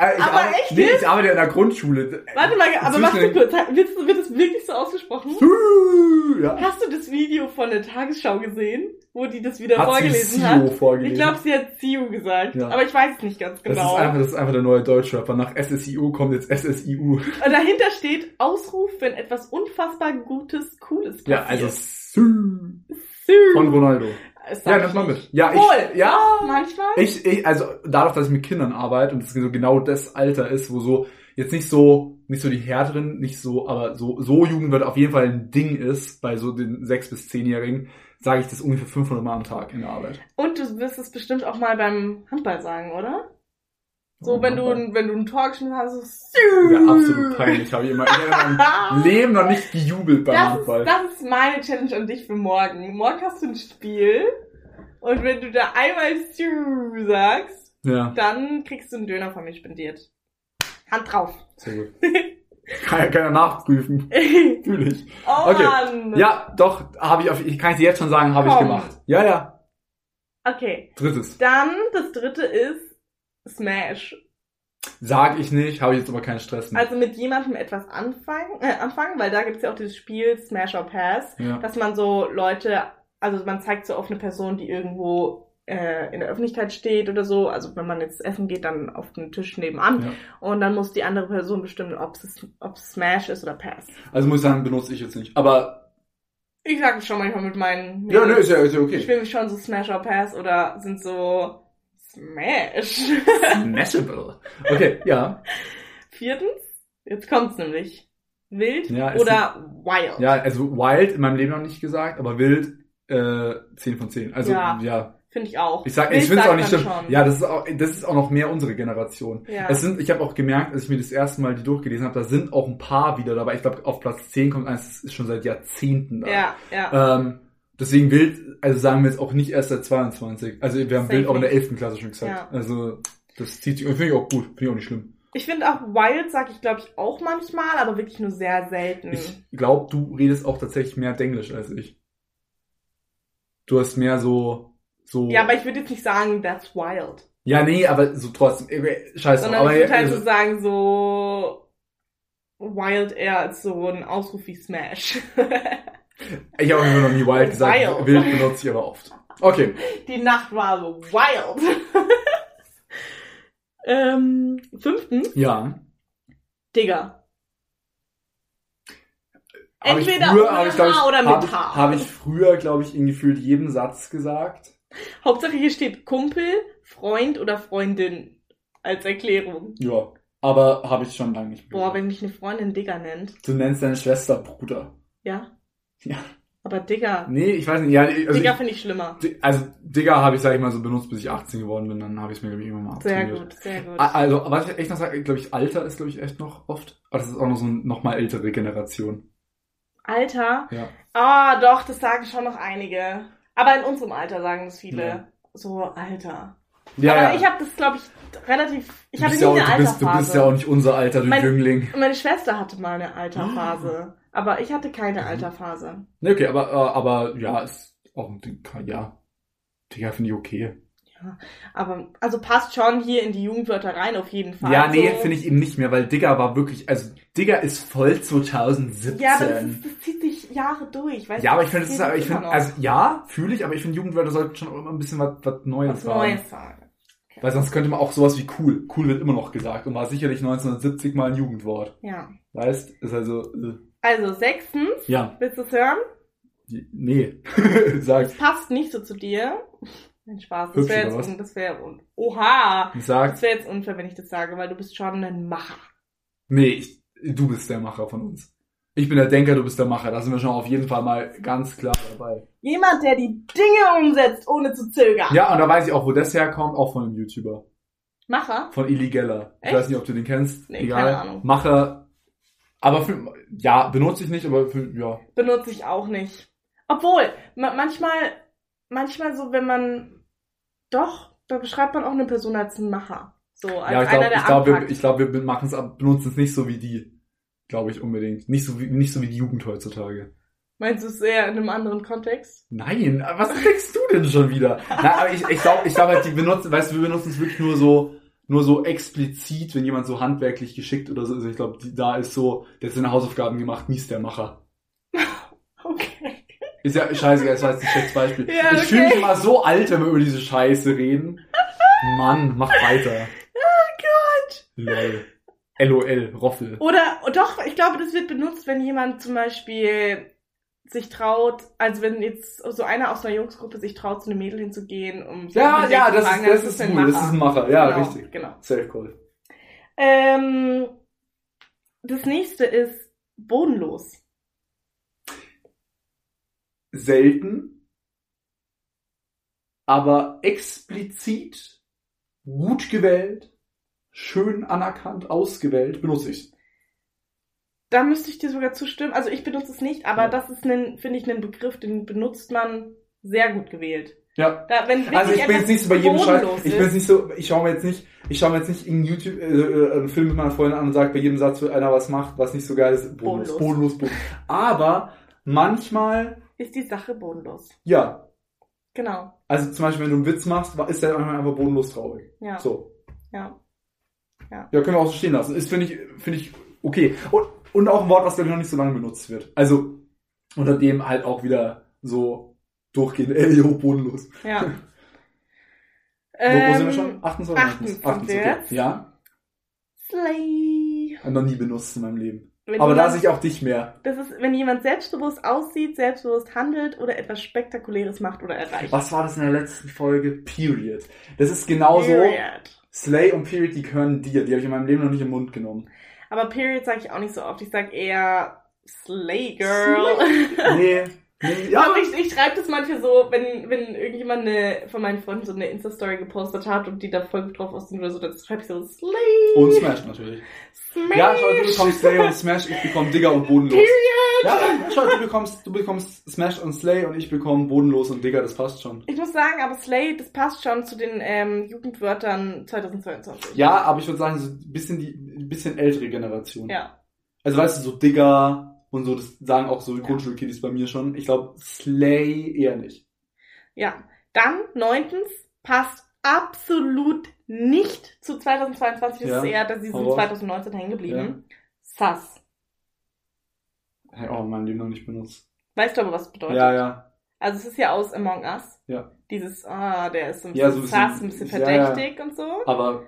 [SPEAKER 1] Äh, Ich
[SPEAKER 2] Aber
[SPEAKER 1] arbeite,
[SPEAKER 2] echt
[SPEAKER 1] nee, ich arbeite in der Grundschule.
[SPEAKER 2] Warte mal, aber
[SPEAKER 1] Sü-
[SPEAKER 2] warte kurz, wird, wird das wirklich so ausgesprochen?
[SPEAKER 1] Sü. Ja.
[SPEAKER 2] Hast du das Video von der Tagesschau gesehen, wo die das wieder
[SPEAKER 1] Hat sie
[SPEAKER 2] vorgelesen
[SPEAKER 1] Sio
[SPEAKER 2] hat?
[SPEAKER 1] vorgelesen.
[SPEAKER 2] Ich genau. glaube, sie hat Siu gesagt,
[SPEAKER 1] Ja.
[SPEAKER 2] aber ich weiß es nicht ganz
[SPEAKER 1] das,
[SPEAKER 2] genau.
[SPEAKER 1] ist einfach, das ist einfach der neue Deutschrapper. Nach SSIU kommt jetzt SSIU.
[SPEAKER 2] Und dahinter steht Ausruf, wenn etwas unfassbar Gutes, Cooles passiert.
[SPEAKER 1] Ja, also Sü.
[SPEAKER 2] Sü.
[SPEAKER 1] Von Ronaldo.
[SPEAKER 2] Das sag
[SPEAKER 1] Ja,
[SPEAKER 2] ich
[SPEAKER 1] das mal
[SPEAKER 2] nicht.
[SPEAKER 1] mit. Ja,
[SPEAKER 2] Wohl.
[SPEAKER 1] ich, ja,
[SPEAKER 2] Manchmal.
[SPEAKER 1] Ich, ich, also dadurch, dass ich mit Kindern arbeite und es so genau das Alter ist, wo so jetzt nicht so, nicht so die härteren, nicht so, aber so, so Jugendwörter auf jeden Fall ein Ding ist bei so den 6- bis 10-Jährigen, sage ich das ungefähr 500 Mal am Tag in der Arbeit.
[SPEAKER 2] Und du wirst es bestimmt auch mal beim Handball sagen, oder? So, wenn, du,
[SPEAKER 1] Ja,
[SPEAKER 2] ein- wenn du ein Tor geschmissen hast, so
[SPEAKER 1] Oh,
[SPEAKER 2] Ah, [laughs]
[SPEAKER 1] absolut peinlich. Habe ich immer ich hab in meinem Leben noch nicht gejubelt beim
[SPEAKER 2] Das ist,
[SPEAKER 1] Handball.
[SPEAKER 2] das ist meine Challenge an dich für morgen. Morgen hast du ein Spiel und wenn du da einmal Sü sagst,
[SPEAKER 1] Ja,
[SPEAKER 2] dann kriegst du einen Döner von mir spendiert. Hand drauf. [laughs]
[SPEAKER 1] sehr gut. Kann ja keiner nachprüfen,
[SPEAKER 2] oh
[SPEAKER 1] natürlich. Okay.
[SPEAKER 2] Mann.
[SPEAKER 1] Ja, doch, habe ich auf, ich kann es jetzt schon sagen, habe ich
[SPEAKER 2] Komm.
[SPEAKER 1] gemacht. Ja, ja.
[SPEAKER 2] Okay.
[SPEAKER 1] Drittes.
[SPEAKER 2] Dann das dritte ist Smash.
[SPEAKER 1] Sag ich nicht, habe ich jetzt aber keinen Stress mit.
[SPEAKER 2] Also mit jemandem etwas anfangen, äh, anfangen weil da gibt's ja auch dieses Spiel Smash or Pass,
[SPEAKER 1] ja.
[SPEAKER 2] dass man so Leute, also man zeigt so auf eine Person, die irgendwo äh, in der Öffentlichkeit steht oder so. Also wenn man jetzt essen geht, dann auf den Tisch nebenan.
[SPEAKER 1] Ja.
[SPEAKER 2] Und dann muss die andere Person bestimmen, ob es ob's Smash ist oder Pass.
[SPEAKER 1] Also muss ich sagen, benutze ich jetzt nicht. Aber
[SPEAKER 2] Ich sage schon manchmal mit meinen.
[SPEAKER 1] ja, nö, ist ja, ist ja
[SPEAKER 2] Ich
[SPEAKER 1] okay.
[SPEAKER 2] spiele mich schon so Smash or Pass oder sind so Smash. [laughs]
[SPEAKER 1] Smashable. Okay, ja.
[SPEAKER 2] Viertens, jetzt kommt's nämlich. Wild
[SPEAKER 1] Ja, es
[SPEAKER 2] oder wild.
[SPEAKER 1] Ja, also wild in meinem Leben noch nicht gesagt, aber wild äh, 10 von 10. Also
[SPEAKER 2] Ja.
[SPEAKER 1] ja,
[SPEAKER 2] Finde ich auch.
[SPEAKER 1] Ich sag, ich finde es auch nicht schlimm. Ja, das ist auch, das ist auch noch mehr unsere Generation.
[SPEAKER 2] Ja.
[SPEAKER 1] Es sind, ich habe auch gemerkt, als ich mir das erste Mal die durchgelesen habe, da sind auch ein paar wieder dabei. Ich glaube, auf Platz 10 kommt eins, das ist schon seit Jahrzehnten da.
[SPEAKER 2] ja, ja.
[SPEAKER 1] Ähm, deswegen Bild, also sagen wir jetzt auch nicht erst seit 22. Also wir haben
[SPEAKER 2] Safe
[SPEAKER 1] Bild auch in der
[SPEAKER 2] nicht.
[SPEAKER 1] 11. Klasse schon gesagt.
[SPEAKER 2] Ja.
[SPEAKER 1] Also das zieht sich, und finde ich auch gut, finde ich auch nicht schlimm.
[SPEAKER 2] Ich finde auch Wild, sag ich glaube ich auch manchmal, aber wirklich nur sehr selten.
[SPEAKER 1] Ich glaube, du redest auch tatsächlich mehr Denglisch als ich. Du hast mehr so, so.
[SPEAKER 2] Ja, aber ich würde jetzt nicht sagen, that's wild.
[SPEAKER 1] ja nee, aber so trotzdem. irgendwie- Scheiße.
[SPEAKER 2] sondern
[SPEAKER 1] aber
[SPEAKER 2] ich würde halt
[SPEAKER 1] also-
[SPEAKER 2] so sagen, so wild eher als so ein Ausruf wie Smash. [laughs]
[SPEAKER 1] Ich habe immer noch nie wild gesagt.
[SPEAKER 2] Wild.
[SPEAKER 1] Wild benutze ich aber oft. Okay.
[SPEAKER 2] Die Nacht war so wild. [laughs] ähm, fünftens,
[SPEAKER 1] Ja.
[SPEAKER 2] Digga.
[SPEAKER 1] Hab
[SPEAKER 2] Entweder ohne
[SPEAKER 1] hab glaub
[SPEAKER 2] Haar oder mit
[SPEAKER 1] hab ich-
[SPEAKER 2] Haar.
[SPEAKER 1] Habe ich früher, glaube ich, in gefühlt jedem Satz gesagt.
[SPEAKER 2] Hauptsache hier steht Kumpel, Freund oder Freundin als Erklärung.
[SPEAKER 1] Ja. Aber habe ich schon lange nicht mehr.
[SPEAKER 2] Boah,
[SPEAKER 1] gesagt.
[SPEAKER 2] wenn mich eine Freundin Digger nennt.
[SPEAKER 1] du nennst deine Schwester Bruder.
[SPEAKER 2] Ja?
[SPEAKER 1] Ja.
[SPEAKER 2] Aber Digger.
[SPEAKER 1] Nee, ich weiß nicht. Ja, also,
[SPEAKER 2] Digger
[SPEAKER 1] Digga,
[SPEAKER 2] finde ich schlimmer.
[SPEAKER 1] ich, also Digga habe ich, sag ich mal, so benutzt, bis ich 18 geworden bin. Dann habe ich es mir, glaube ich, irgendwann mal
[SPEAKER 2] Sehr
[SPEAKER 1] abtrainiert.
[SPEAKER 2] gut, sehr gut.
[SPEAKER 1] A- Also, was ich echt noch sage, glaube ich, Alter ist, glaube ich, echt noch oft. Aber das ist auch noch so eine nochmal ältere Generation.
[SPEAKER 2] Alter?
[SPEAKER 1] Ja.
[SPEAKER 2] Ah, doch, das sagen schon noch einige. Aber in unserem Alter sagen es viele.
[SPEAKER 1] Ja.
[SPEAKER 2] So, Alter.
[SPEAKER 1] Ja,
[SPEAKER 2] Aber
[SPEAKER 1] ja.
[SPEAKER 2] ich habe das, glaube ich, relativ. Ich
[SPEAKER 1] Du
[SPEAKER 2] hatte
[SPEAKER 1] bist
[SPEAKER 2] nie
[SPEAKER 1] ja auch-
[SPEAKER 2] eine
[SPEAKER 1] du bist, du
[SPEAKER 2] Alterphase.
[SPEAKER 1] bist ja auch nicht unser Alter, du
[SPEAKER 2] Mein-
[SPEAKER 1] Jüngling.
[SPEAKER 2] Meine Schwester hatte mal eine Alterphase.
[SPEAKER 1] Ah.
[SPEAKER 2] Aber ich hatte keine
[SPEAKER 1] Mhm.
[SPEAKER 2] Alterphase.
[SPEAKER 1] Ne, okay, aber, äh, aber ja, ist auch ein Ding, kann- ja. Digga, finde ich okay.
[SPEAKER 2] Aber, also passt schon hier in die Jugendwörter rein, auf jeden Fall.
[SPEAKER 1] Ja, nee,
[SPEAKER 2] so.
[SPEAKER 1] finde ich eben nicht mehr, weil Digga war wirklich, also Digga ist voll 2017.
[SPEAKER 2] Ja, aber das, ist, das zieht sich Jahre durch, weißt
[SPEAKER 1] Ja,
[SPEAKER 2] du?
[SPEAKER 1] aber ich finde, das ist,
[SPEAKER 2] geht
[SPEAKER 1] aber ich
[SPEAKER 2] immer
[SPEAKER 1] finde,
[SPEAKER 2] noch.
[SPEAKER 1] also ja, fühle ich, aber ich finde, Jugendwörter sollten schon auch immer ein bisschen was, was Neues
[SPEAKER 2] was
[SPEAKER 1] haben.
[SPEAKER 2] Neues sagen.
[SPEAKER 1] Weil sonst könnte man auch sowas wie cool. Cool wird immer noch gesagt und war sicherlich 1970 mal ein Jugendwort.
[SPEAKER 2] Ja.
[SPEAKER 1] Weißt, ist also, äh,
[SPEAKER 2] Also, sechstens,
[SPEAKER 1] ja,
[SPEAKER 2] willst du es hören?
[SPEAKER 1] nee, [laughs] sag,
[SPEAKER 2] Das passt nicht so zu dir. [laughs] Nein, Spaß. Das
[SPEAKER 1] Hübsch
[SPEAKER 2] wäre
[SPEAKER 1] oder
[SPEAKER 2] jetzt,
[SPEAKER 1] was?
[SPEAKER 2] un- das wäre, un- oha. Das
[SPEAKER 1] sag,
[SPEAKER 2] wäre jetzt unfair, wenn ich das sage, weil du bist schon ein Macher.
[SPEAKER 1] Nee, ich, du bist der Macher von uns. Ich bin der Denker, du bist der Macher. Da sind wir schon auf jeden Fall mal ganz klar dabei.
[SPEAKER 2] Jemand, der die Dinge umsetzt, ohne zu zögern.
[SPEAKER 1] Ja, und da weiß ich auch, wo das herkommt, auch von einem YouTuber.
[SPEAKER 2] Macher?
[SPEAKER 1] Von Illegeller. Ich
[SPEAKER 2] Echt?
[SPEAKER 1] weiß nicht, ob du den kennst.
[SPEAKER 2] Nee,
[SPEAKER 1] Egal.
[SPEAKER 2] keine Ahnung.
[SPEAKER 1] Macher. Aber für, ja, benutze ich nicht, aber für, ja.
[SPEAKER 2] Benutze ich auch nicht. Obwohl, ma manchmal, manchmal so, wenn man, doch, da beschreibt man auch eine Person als einen Macher. So, als
[SPEAKER 1] ja, ich
[SPEAKER 2] einer,
[SPEAKER 1] glaube,
[SPEAKER 2] der
[SPEAKER 1] ich glaube, wir,
[SPEAKER 2] anpackt.
[SPEAKER 1] ich glaub, wir machen es, benutzen es nicht so wie die. Glaube ich unbedingt. Nicht so wie, nicht so wie die Jugend heutzutage.
[SPEAKER 2] Meinst du es eher in einem anderen Kontext? [laughs]
[SPEAKER 1] Nein, was kriegst du denn schon wieder? Na, aber ich, ich glaube, ich glaub halt, die benutzen, weißt du, wir benutzen es wirklich nur so, nur so explizit, wenn jemand so handwerklich geschickt oder so ist. Ich glaube, die- da ist so, der hat seine Hausaufgaben gemacht, mies der Macher.
[SPEAKER 2] Okay.
[SPEAKER 1] Ist ja scheißegal, das war jetzt ein schlechtes Beispiel.
[SPEAKER 2] Ja,
[SPEAKER 1] Ich fühle
[SPEAKER 2] okay.
[SPEAKER 1] mich immer so alt, wenn wir über diese Scheiße reden. Mann, mach weiter. Oh Gott. Lol. LOL, Roffel.
[SPEAKER 2] Oder, oh, doch, ich glaube, das wird benutzt, wenn jemand zum Beispiel sich traut, also wenn jetzt so einer aus einer Jungsgruppe sich traut, zu einem Mädel hinzugehen, um sie
[SPEAKER 1] Ja,
[SPEAKER 2] mit
[SPEAKER 1] ja,
[SPEAKER 2] dem zu
[SPEAKER 1] das
[SPEAKER 2] fragen,
[SPEAKER 1] ist, das ist
[SPEAKER 2] ein
[SPEAKER 1] gut, das
[SPEAKER 2] Macher.
[SPEAKER 1] ist ein Macher. Ja,
[SPEAKER 2] genau,
[SPEAKER 1] richtig.
[SPEAKER 2] Genau.
[SPEAKER 1] Safe call.
[SPEAKER 2] Ähm, das nächste ist bodenlos.
[SPEAKER 1] selten, aber explizit, gut gewählt, schön anerkannt, ausgewählt benutze ich.
[SPEAKER 2] Da müsste ich dir sogar zustimmen. Also ich benutze es nicht, aber
[SPEAKER 1] Ja.
[SPEAKER 2] das ist, ein- finde ich, ein Begriff, den benutzt man sehr gut gewählt.
[SPEAKER 1] Ja.
[SPEAKER 2] Da, wenn
[SPEAKER 1] Also
[SPEAKER 2] wirklich
[SPEAKER 1] ich bin
[SPEAKER 2] etwas
[SPEAKER 1] jetzt nicht so bei jedem Scheiß.
[SPEAKER 2] bodenlos
[SPEAKER 1] Ich bin
[SPEAKER 2] ist.
[SPEAKER 1] jetzt nicht so, ich schaue mir jetzt nicht, ich schaue mir jetzt nicht in YouTube äh, äh, einen Film mit meiner Freundin an und sage bei jedem Satz, wenn einer was macht, was nicht so geil ist, bodenlos,
[SPEAKER 2] Bodenlos.
[SPEAKER 1] bodenlos, bodenlos. Aber manchmal,
[SPEAKER 2] ist die Sache bodenlos.
[SPEAKER 1] ja.
[SPEAKER 2] Genau.
[SPEAKER 1] Also zum Beispiel, wenn du einen Witz machst, ist der manchmal einfach bodenlos traurig.
[SPEAKER 2] Ja.
[SPEAKER 1] So.
[SPEAKER 2] Ja. Ja.
[SPEAKER 1] Ja, können wir auch so stehen lassen. Ist, finde ich, finde ich, okay. Und, und auch ein Wort, was, glaube ich, noch nicht so lange benutzt wird. Also, unter dem halt auch wieder so durchgehend, [laughs] ey, jo, bodenlos.
[SPEAKER 2] Ja. [laughs] Ähm,
[SPEAKER 1] Wo- wo, wo sind wir schon? 28?
[SPEAKER 2] 28,
[SPEAKER 1] okay.
[SPEAKER 2] jetzt.
[SPEAKER 1] Ja,
[SPEAKER 2] Slay.
[SPEAKER 1] hab noch nie benutzt in meinem Leben.
[SPEAKER 2] Wenn
[SPEAKER 1] Aber da
[SPEAKER 2] jemand,
[SPEAKER 1] sehe ich auch dich mehr.
[SPEAKER 2] das ist, wenn jemand selbstbewusst aussieht, selbstbewusst handelt oder etwas Spektakuläres macht oder erreicht.
[SPEAKER 1] Was war das in der letzten Folge? Period. Das ist genauso,
[SPEAKER 2] Period.
[SPEAKER 1] Slay und Period, die können dir. Die habe ich in meinem Leben noch nicht im Mund genommen.
[SPEAKER 2] [laughs] Aber Period sage ich auch nicht so oft. Ich sage eher Slay Girl.
[SPEAKER 1] Nee, Ja,
[SPEAKER 2] Aber ich, ich schreibe das manchmal so, wenn, wenn irgendjemand eine, von meinen Freunden so eine Insta-Story gepostet hat und die da voll drauf aus dem oder so, dann schreibe ich so Slay,
[SPEAKER 1] und Smash natürlich.
[SPEAKER 2] Smash,
[SPEAKER 1] Ja, schau, du bekommst Slay und Smash, ich bekomme Digger und Bodenlos.
[SPEAKER 2] Period.
[SPEAKER 1] Ja, schau, du bekommst, du bekommst Smash und Slay und ich bekomme Bodenlos und Digger, das passt schon.
[SPEAKER 2] Ich muss sagen, aber Slay, das passt schon zu den ähm, Jugendwörtern 2022.
[SPEAKER 1] Ja, aber ich würde sagen, so ein bisschen die ein bisschen ältere Generation.
[SPEAKER 2] Ja.
[SPEAKER 1] Also weißt du, so Digger und so, das sagen auch so die Grundschulkiddies bei mir schon. Ich glaube, Slay eher nicht.
[SPEAKER 2] Ja. Dann neuntens, passt absolut nicht zu 2022. Das
[SPEAKER 1] Ja.
[SPEAKER 2] ist eher, dass sie sind
[SPEAKER 1] Aber-
[SPEAKER 2] 2019 hängen geblieben. Sass.
[SPEAKER 1] Hey, oh, mein Leben noch nicht benutzt.
[SPEAKER 2] Weißt du aber, was es bedeutet?
[SPEAKER 1] Ja, ja.
[SPEAKER 2] Also es ist ja aus Among Us.
[SPEAKER 1] Ja.
[SPEAKER 2] Dieses, ah, der ist so ein bisschen
[SPEAKER 1] Ja, so ein
[SPEAKER 2] sass, ein bisschen
[SPEAKER 1] bisschen- ja, ja.
[SPEAKER 2] verdächtig und so.
[SPEAKER 1] Aber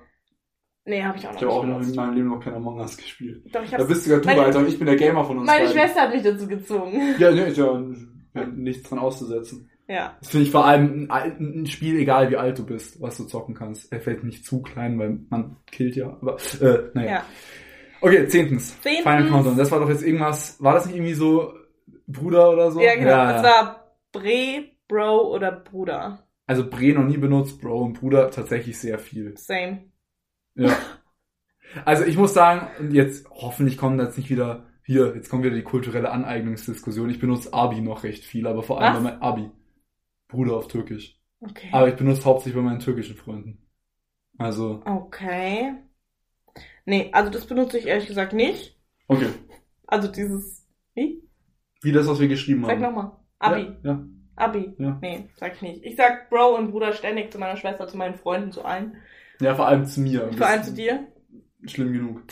[SPEAKER 2] Nee, habe ich auch noch
[SPEAKER 1] ich habe auch noch in
[SPEAKER 2] benutzt.
[SPEAKER 1] meinem Leben noch kein Among Us gespielt.
[SPEAKER 2] Doch, ich
[SPEAKER 1] Da
[SPEAKER 2] hab's,
[SPEAKER 1] bist sogar du,
[SPEAKER 2] meine-
[SPEAKER 1] Alter, und ich bin der Gamer von uns
[SPEAKER 2] meine
[SPEAKER 1] beiden.
[SPEAKER 2] Schwester hat mich dazu gezwungen.
[SPEAKER 1] Ja, nee, ist ja nichts dran auszusetzen.
[SPEAKER 2] Ja.
[SPEAKER 1] Das finde ich vor allem ein, al- ein Spiel, egal wie alt du bist, was du zocken kannst. Er fällt nicht zu klein, weil man killt ja. Aber, äh, naja.
[SPEAKER 2] Ja.
[SPEAKER 1] Okay, zehntens.
[SPEAKER 2] Zehntens.
[SPEAKER 1] Final Countdown. Das war doch jetzt irgendwas, war das nicht irgendwie so Bruder oder so?
[SPEAKER 2] Ja, genau.
[SPEAKER 1] Ja,
[SPEAKER 2] Das
[SPEAKER 1] ja.
[SPEAKER 2] war Bre, Bro oder Bruder.
[SPEAKER 1] Also Bre noch nie benutzt, Bro und Bruder tatsächlich sehr viel.
[SPEAKER 2] Same.
[SPEAKER 1] Ja. also ich muss sagen, und jetzt hoffentlich kommen da jetzt nicht wieder, hier, jetzt kommt wieder die kulturelle Aneignungsdiskussion. Ich benutze Abi noch recht viel, aber vor allem
[SPEAKER 2] Was?
[SPEAKER 1] bei meinem Abi. Bruder auf Türkisch.
[SPEAKER 2] Okay.
[SPEAKER 1] Aber ich benutze hauptsächlich bei meinen türkischen Freunden. Also,
[SPEAKER 2] okay. Nee, also das benutze ich ehrlich gesagt nicht.
[SPEAKER 1] okay.
[SPEAKER 2] Also dieses, wie?
[SPEAKER 1] Wie das, was wir geschrieben
[SPEAKER 2] Sag
[SPEAKER 1] haben.
[SPEAKER 2] nochmal. Abi.
[SPEAKER 1] Ja, ja.
[SPEAKER 2] Abi.
[SPEAKER 1] Ja.
[SPEAKER 2] Nee, sag ich nicht. Ich sag Bro und Bruder ständig zu meiner Schwester, zu meinen Freunden, zu allen.
[SPEAKER 1] ja, vor allem zu mir.
[SPEAKER 2] Vor allem zu dir. [laughs]
[SPEAKER 1] Schlimm genug.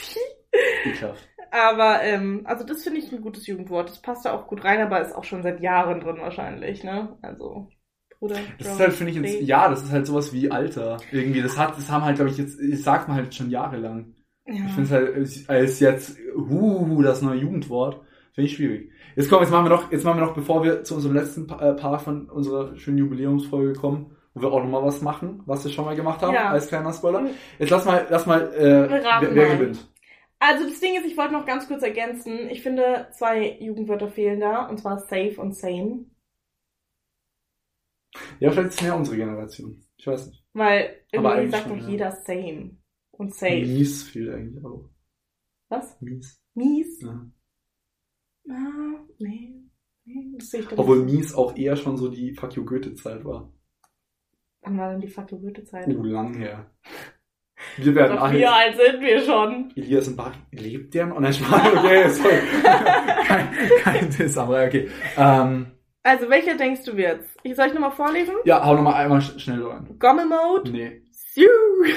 [SPEAKER 1] Ekelhaft.
[SPEAKER 2] Aber, ähm, also das finde ich ein gutes Jugendwort. Das passt da auch gut rein, aber ist auch schon seit Jahren drin wahrscheinlich, ne? Also, Bruder.
[SPEAKER 1] Das
[SPEAKER 2] Bro,
[SPEAKER 1] ist halt, finde ich,
[SPEAKER 2] Bre.
[SPEAKER 1] jetzt, ja, das ist halt sowas wie Alter. Irgendwie, das hat, das haben halt, glaube ich, jetzt, das sagt man halt schon jahrelang.
[SPEAKER 2] Ja.
[SPEAKER 1] Ich finde es halt, als- als jetzt, uh, das neue Jugendwort, finde ich schwierig. Jetzt komm, jetzt machen wir noch, jetzt machen wir noch, bevor wir zu unserem letzten Pa- äh, Paar von unserer schönen Jubiläumsfolge kommen, wo wir auch nochmal was machen, was wir schon mal gemacht haben,
[SPEAKER 2] Ja. Mhm.
[SPEAKER 1] als kleiner Spoiler. Jetzt lass mal, lass mal, äh,
[SPEAKER 2] Wir raten
[SPEAKER 1] wer, wer
[SPEAKER 2] mal.
[SPEAKER 1] gewinnt.
[SPEAKER 2] Also das Ding ist, ich wollte noch ganz kurz ergänzen. Ich finde, zwei Jugendwörter fehlen da, und zwar safe und same.
[SPEAKER 1] Ja, vielleicht ist es mehr unsere Generation. Ich weiß nicht.
[SPEAKER 2] Weil
[SPEAKER 1] Aber
[SPEAKER 2] irgendwie
[SPEAKER 1] eigentlich
[SPEAKER 2] sagt
[SPEAKER 1] schon,
[SPEAKER 2] doch
[SPEAKER 1] ja.
[SPEAKER 2] jeder same und safe.
[SPEAKER 1] Mies viel eigentlich auch.
[SPEAKER 2] Was?
[SPEAKER 1] Mies.
[SPEAKER 2] Mies?
[SPEAKER 1] Ja.
[SPEAKER 2] Ah, nee. nee. Das sehe ich doch nicht.
[SPEAKER 1] Obwohl mies auch eher schon so die Fuck you Goethe-Zeit war.
[SPEAKER 2] Wann war denn die fucking Goethe-Zeit?
[SPEAKER 1] Oh, lang her. Wir werden
[SPEAKER 2] Doch,
[SPEAKER 1] alle.
[SPEAKER 2] wie alt also sind wir schon?
[SPEAKER 1] Elias und Bach, lebt der? Oh nein, Spaß, okay, sorry. [laughs] kein, kein Diss, aber okay. Ähm,
[SPEAKER 2] Also, welcher denkst du wird's? Ich soll ich nochmal vorlesen?
[SPEAKER 1] ja, hau nochmal einmal sch- schnell rein.
[SPEAKER 2] Gommel Mode.
[SPEAKER 1] Nee.
[SPEAKER 2] Sue.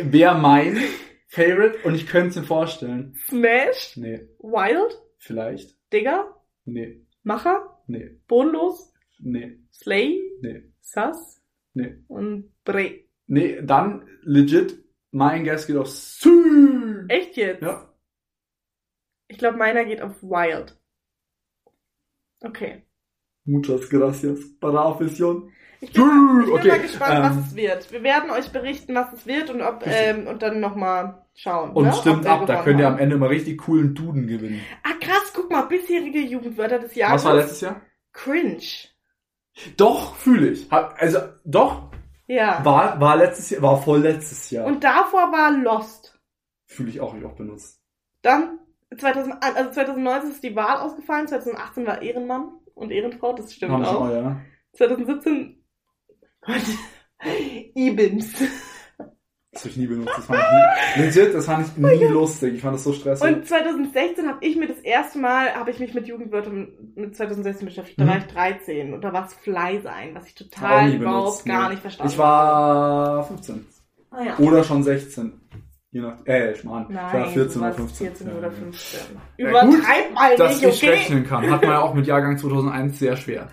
[SPEAKER 1] Wer mein Favorite? Und ich könnte es mir vorstellen.
[SPEAKER 2] Smash.
[SPEAKER 1] Nee.
[SPEAKER 2] Wild.
[SPEAKER 1] Vielleicht?
[SPEAKER 2] Digger.
[SPEAKER 1] Nee.
[SPEAKER 2] Macher.
[SPEAKER 1] Nee.
[SPEAKER 2] Bodenlos.
[SPEAKER 1] Nee.
[SPEAKER 2] Slay.
[SPEAKER 1] Nee.
[SPEAKER 2] Sass.
[SPEAKER 1] Nee.
[SPEAKER 2] Und Bre.
[SPEAKER 1] Nee, dann legit, mein Guess geht auf Sü.
[SPEAKER 2] Echt jetzt?
[SPEAKER 1] Ja.
[SPEAKER 2] Ich glaube, meiner geht auf Wild. Okay.
[SPEAKER 1] Muchas gracias para afición.
[SPEAKER 2] Ich bin, ich bin
[SPEAKER 1] Okay,
[SPEAKER 2] mal gespannt,
[SPEAKER 1] ähm.
[SPEAKER 2] was es wird. Wir werden euch berichten, was es wird und ob
[SPEAKER 1] Richtig.
[SPEAKER 2] ähm, und dann nochmal schauen.
[SPEAKER 1] Und
[SPEAKER 2] ne? ob
[SPEAKER 1] stimmt
[SPEAKER 2] wir
[SPEAKER 1] ab, da
[SPEAKER 2] gewonnen
[SPEAKER 1] könnt ihr am
[SPEAKER 2] haben.
[SPEAKER 1] Ende mal richtig coolen Duden gewinnen.
[SPEAKER 2] Ah krass, guck mal, bisherige Jugendwörter des Jahres.
[SPEAKER 1] Was war letztes Jahr?
[SPEAKER 2] Cringe.
[SPEAKER 1] Doch, fühle ich. Hab- Also, doch,
[SPEAKER 2] Ja.
[SPEAKER 1] War, war letztes Jahr, war vorletztes Jahr.
[SPEAKER 2] Und davor war Lost.
[SPEAKER 1] Fühle ich auch, hab ich auch benutzt.
[SPEAKER 2] Dann 2000, also 2019 ist die Wahl ausgefallen, 2018 war Ehrenmann und Ehrenfrau, das stimmt
[SPEAKER 1] Haben wir
[SPEAKER 2] auch.
[SPEAKER 1] schon, ja.
[SPEAKER 2] [laughs] 2017 Gott. E-Bims.
[SPEAKER 1] Das hab ich nie benutzt. Das fand
[SPEAKER 2] [laughs]
[SPEAKER 1] ich nie, legit, das fand ich nie lustig. Ich fand das so stressig.
[SPEAKER 2] Oh Und 2016 habe ich mir das erste Mal, habe ich mich mit Jugendwörtern mit 2016 beschäftigt, da
[SPEAKER 1] Mhm.
[SPEAKER 2] war ich 13 und da war es Fly sein, was ich
[SPEAKER 1] Auch
[SPEAKER 2] total
[SPEAKER 1] nie
[SPEAKER 2] überhaupt
[SPEAKER 1] benutzt,
[SPEAKER 2] gar
[SPEAKER 1] nee.
[SPEAKER 2] nicht verstanden
[SPEAKER 1] ich war 15.
[SPEAKER 2] habe. ah, ja.
[SPEAKER 1] Oder schon 16. Je nach, äh, ich meine, ich
[SPEAKER 2] Nein,
[SPEAKER 1] war 14
[SPEAKER 2] du
[SPEAKER 1] oder
[SPEAKER 2] warst
[SPEAKER 1] 15.
[SPEAKER 2] 14
[SPEAKER 1] Ja,
[SPEAKER 2] oder
[SPEAKER 1] ja.
[SPEAKER 2] 15.
[SPEAKER 1] Ja,
[SPEAKER 2] Übertreib mal
[SPEAKER 1] Dass
[SPEAKER 2] nicht,
[SPEAKER 1] ich
[SPEAKER 2] okay?
[SPEAKER 1] rechnen kann, hat man ja auch mit Jahrgang 2001 sehr schwer.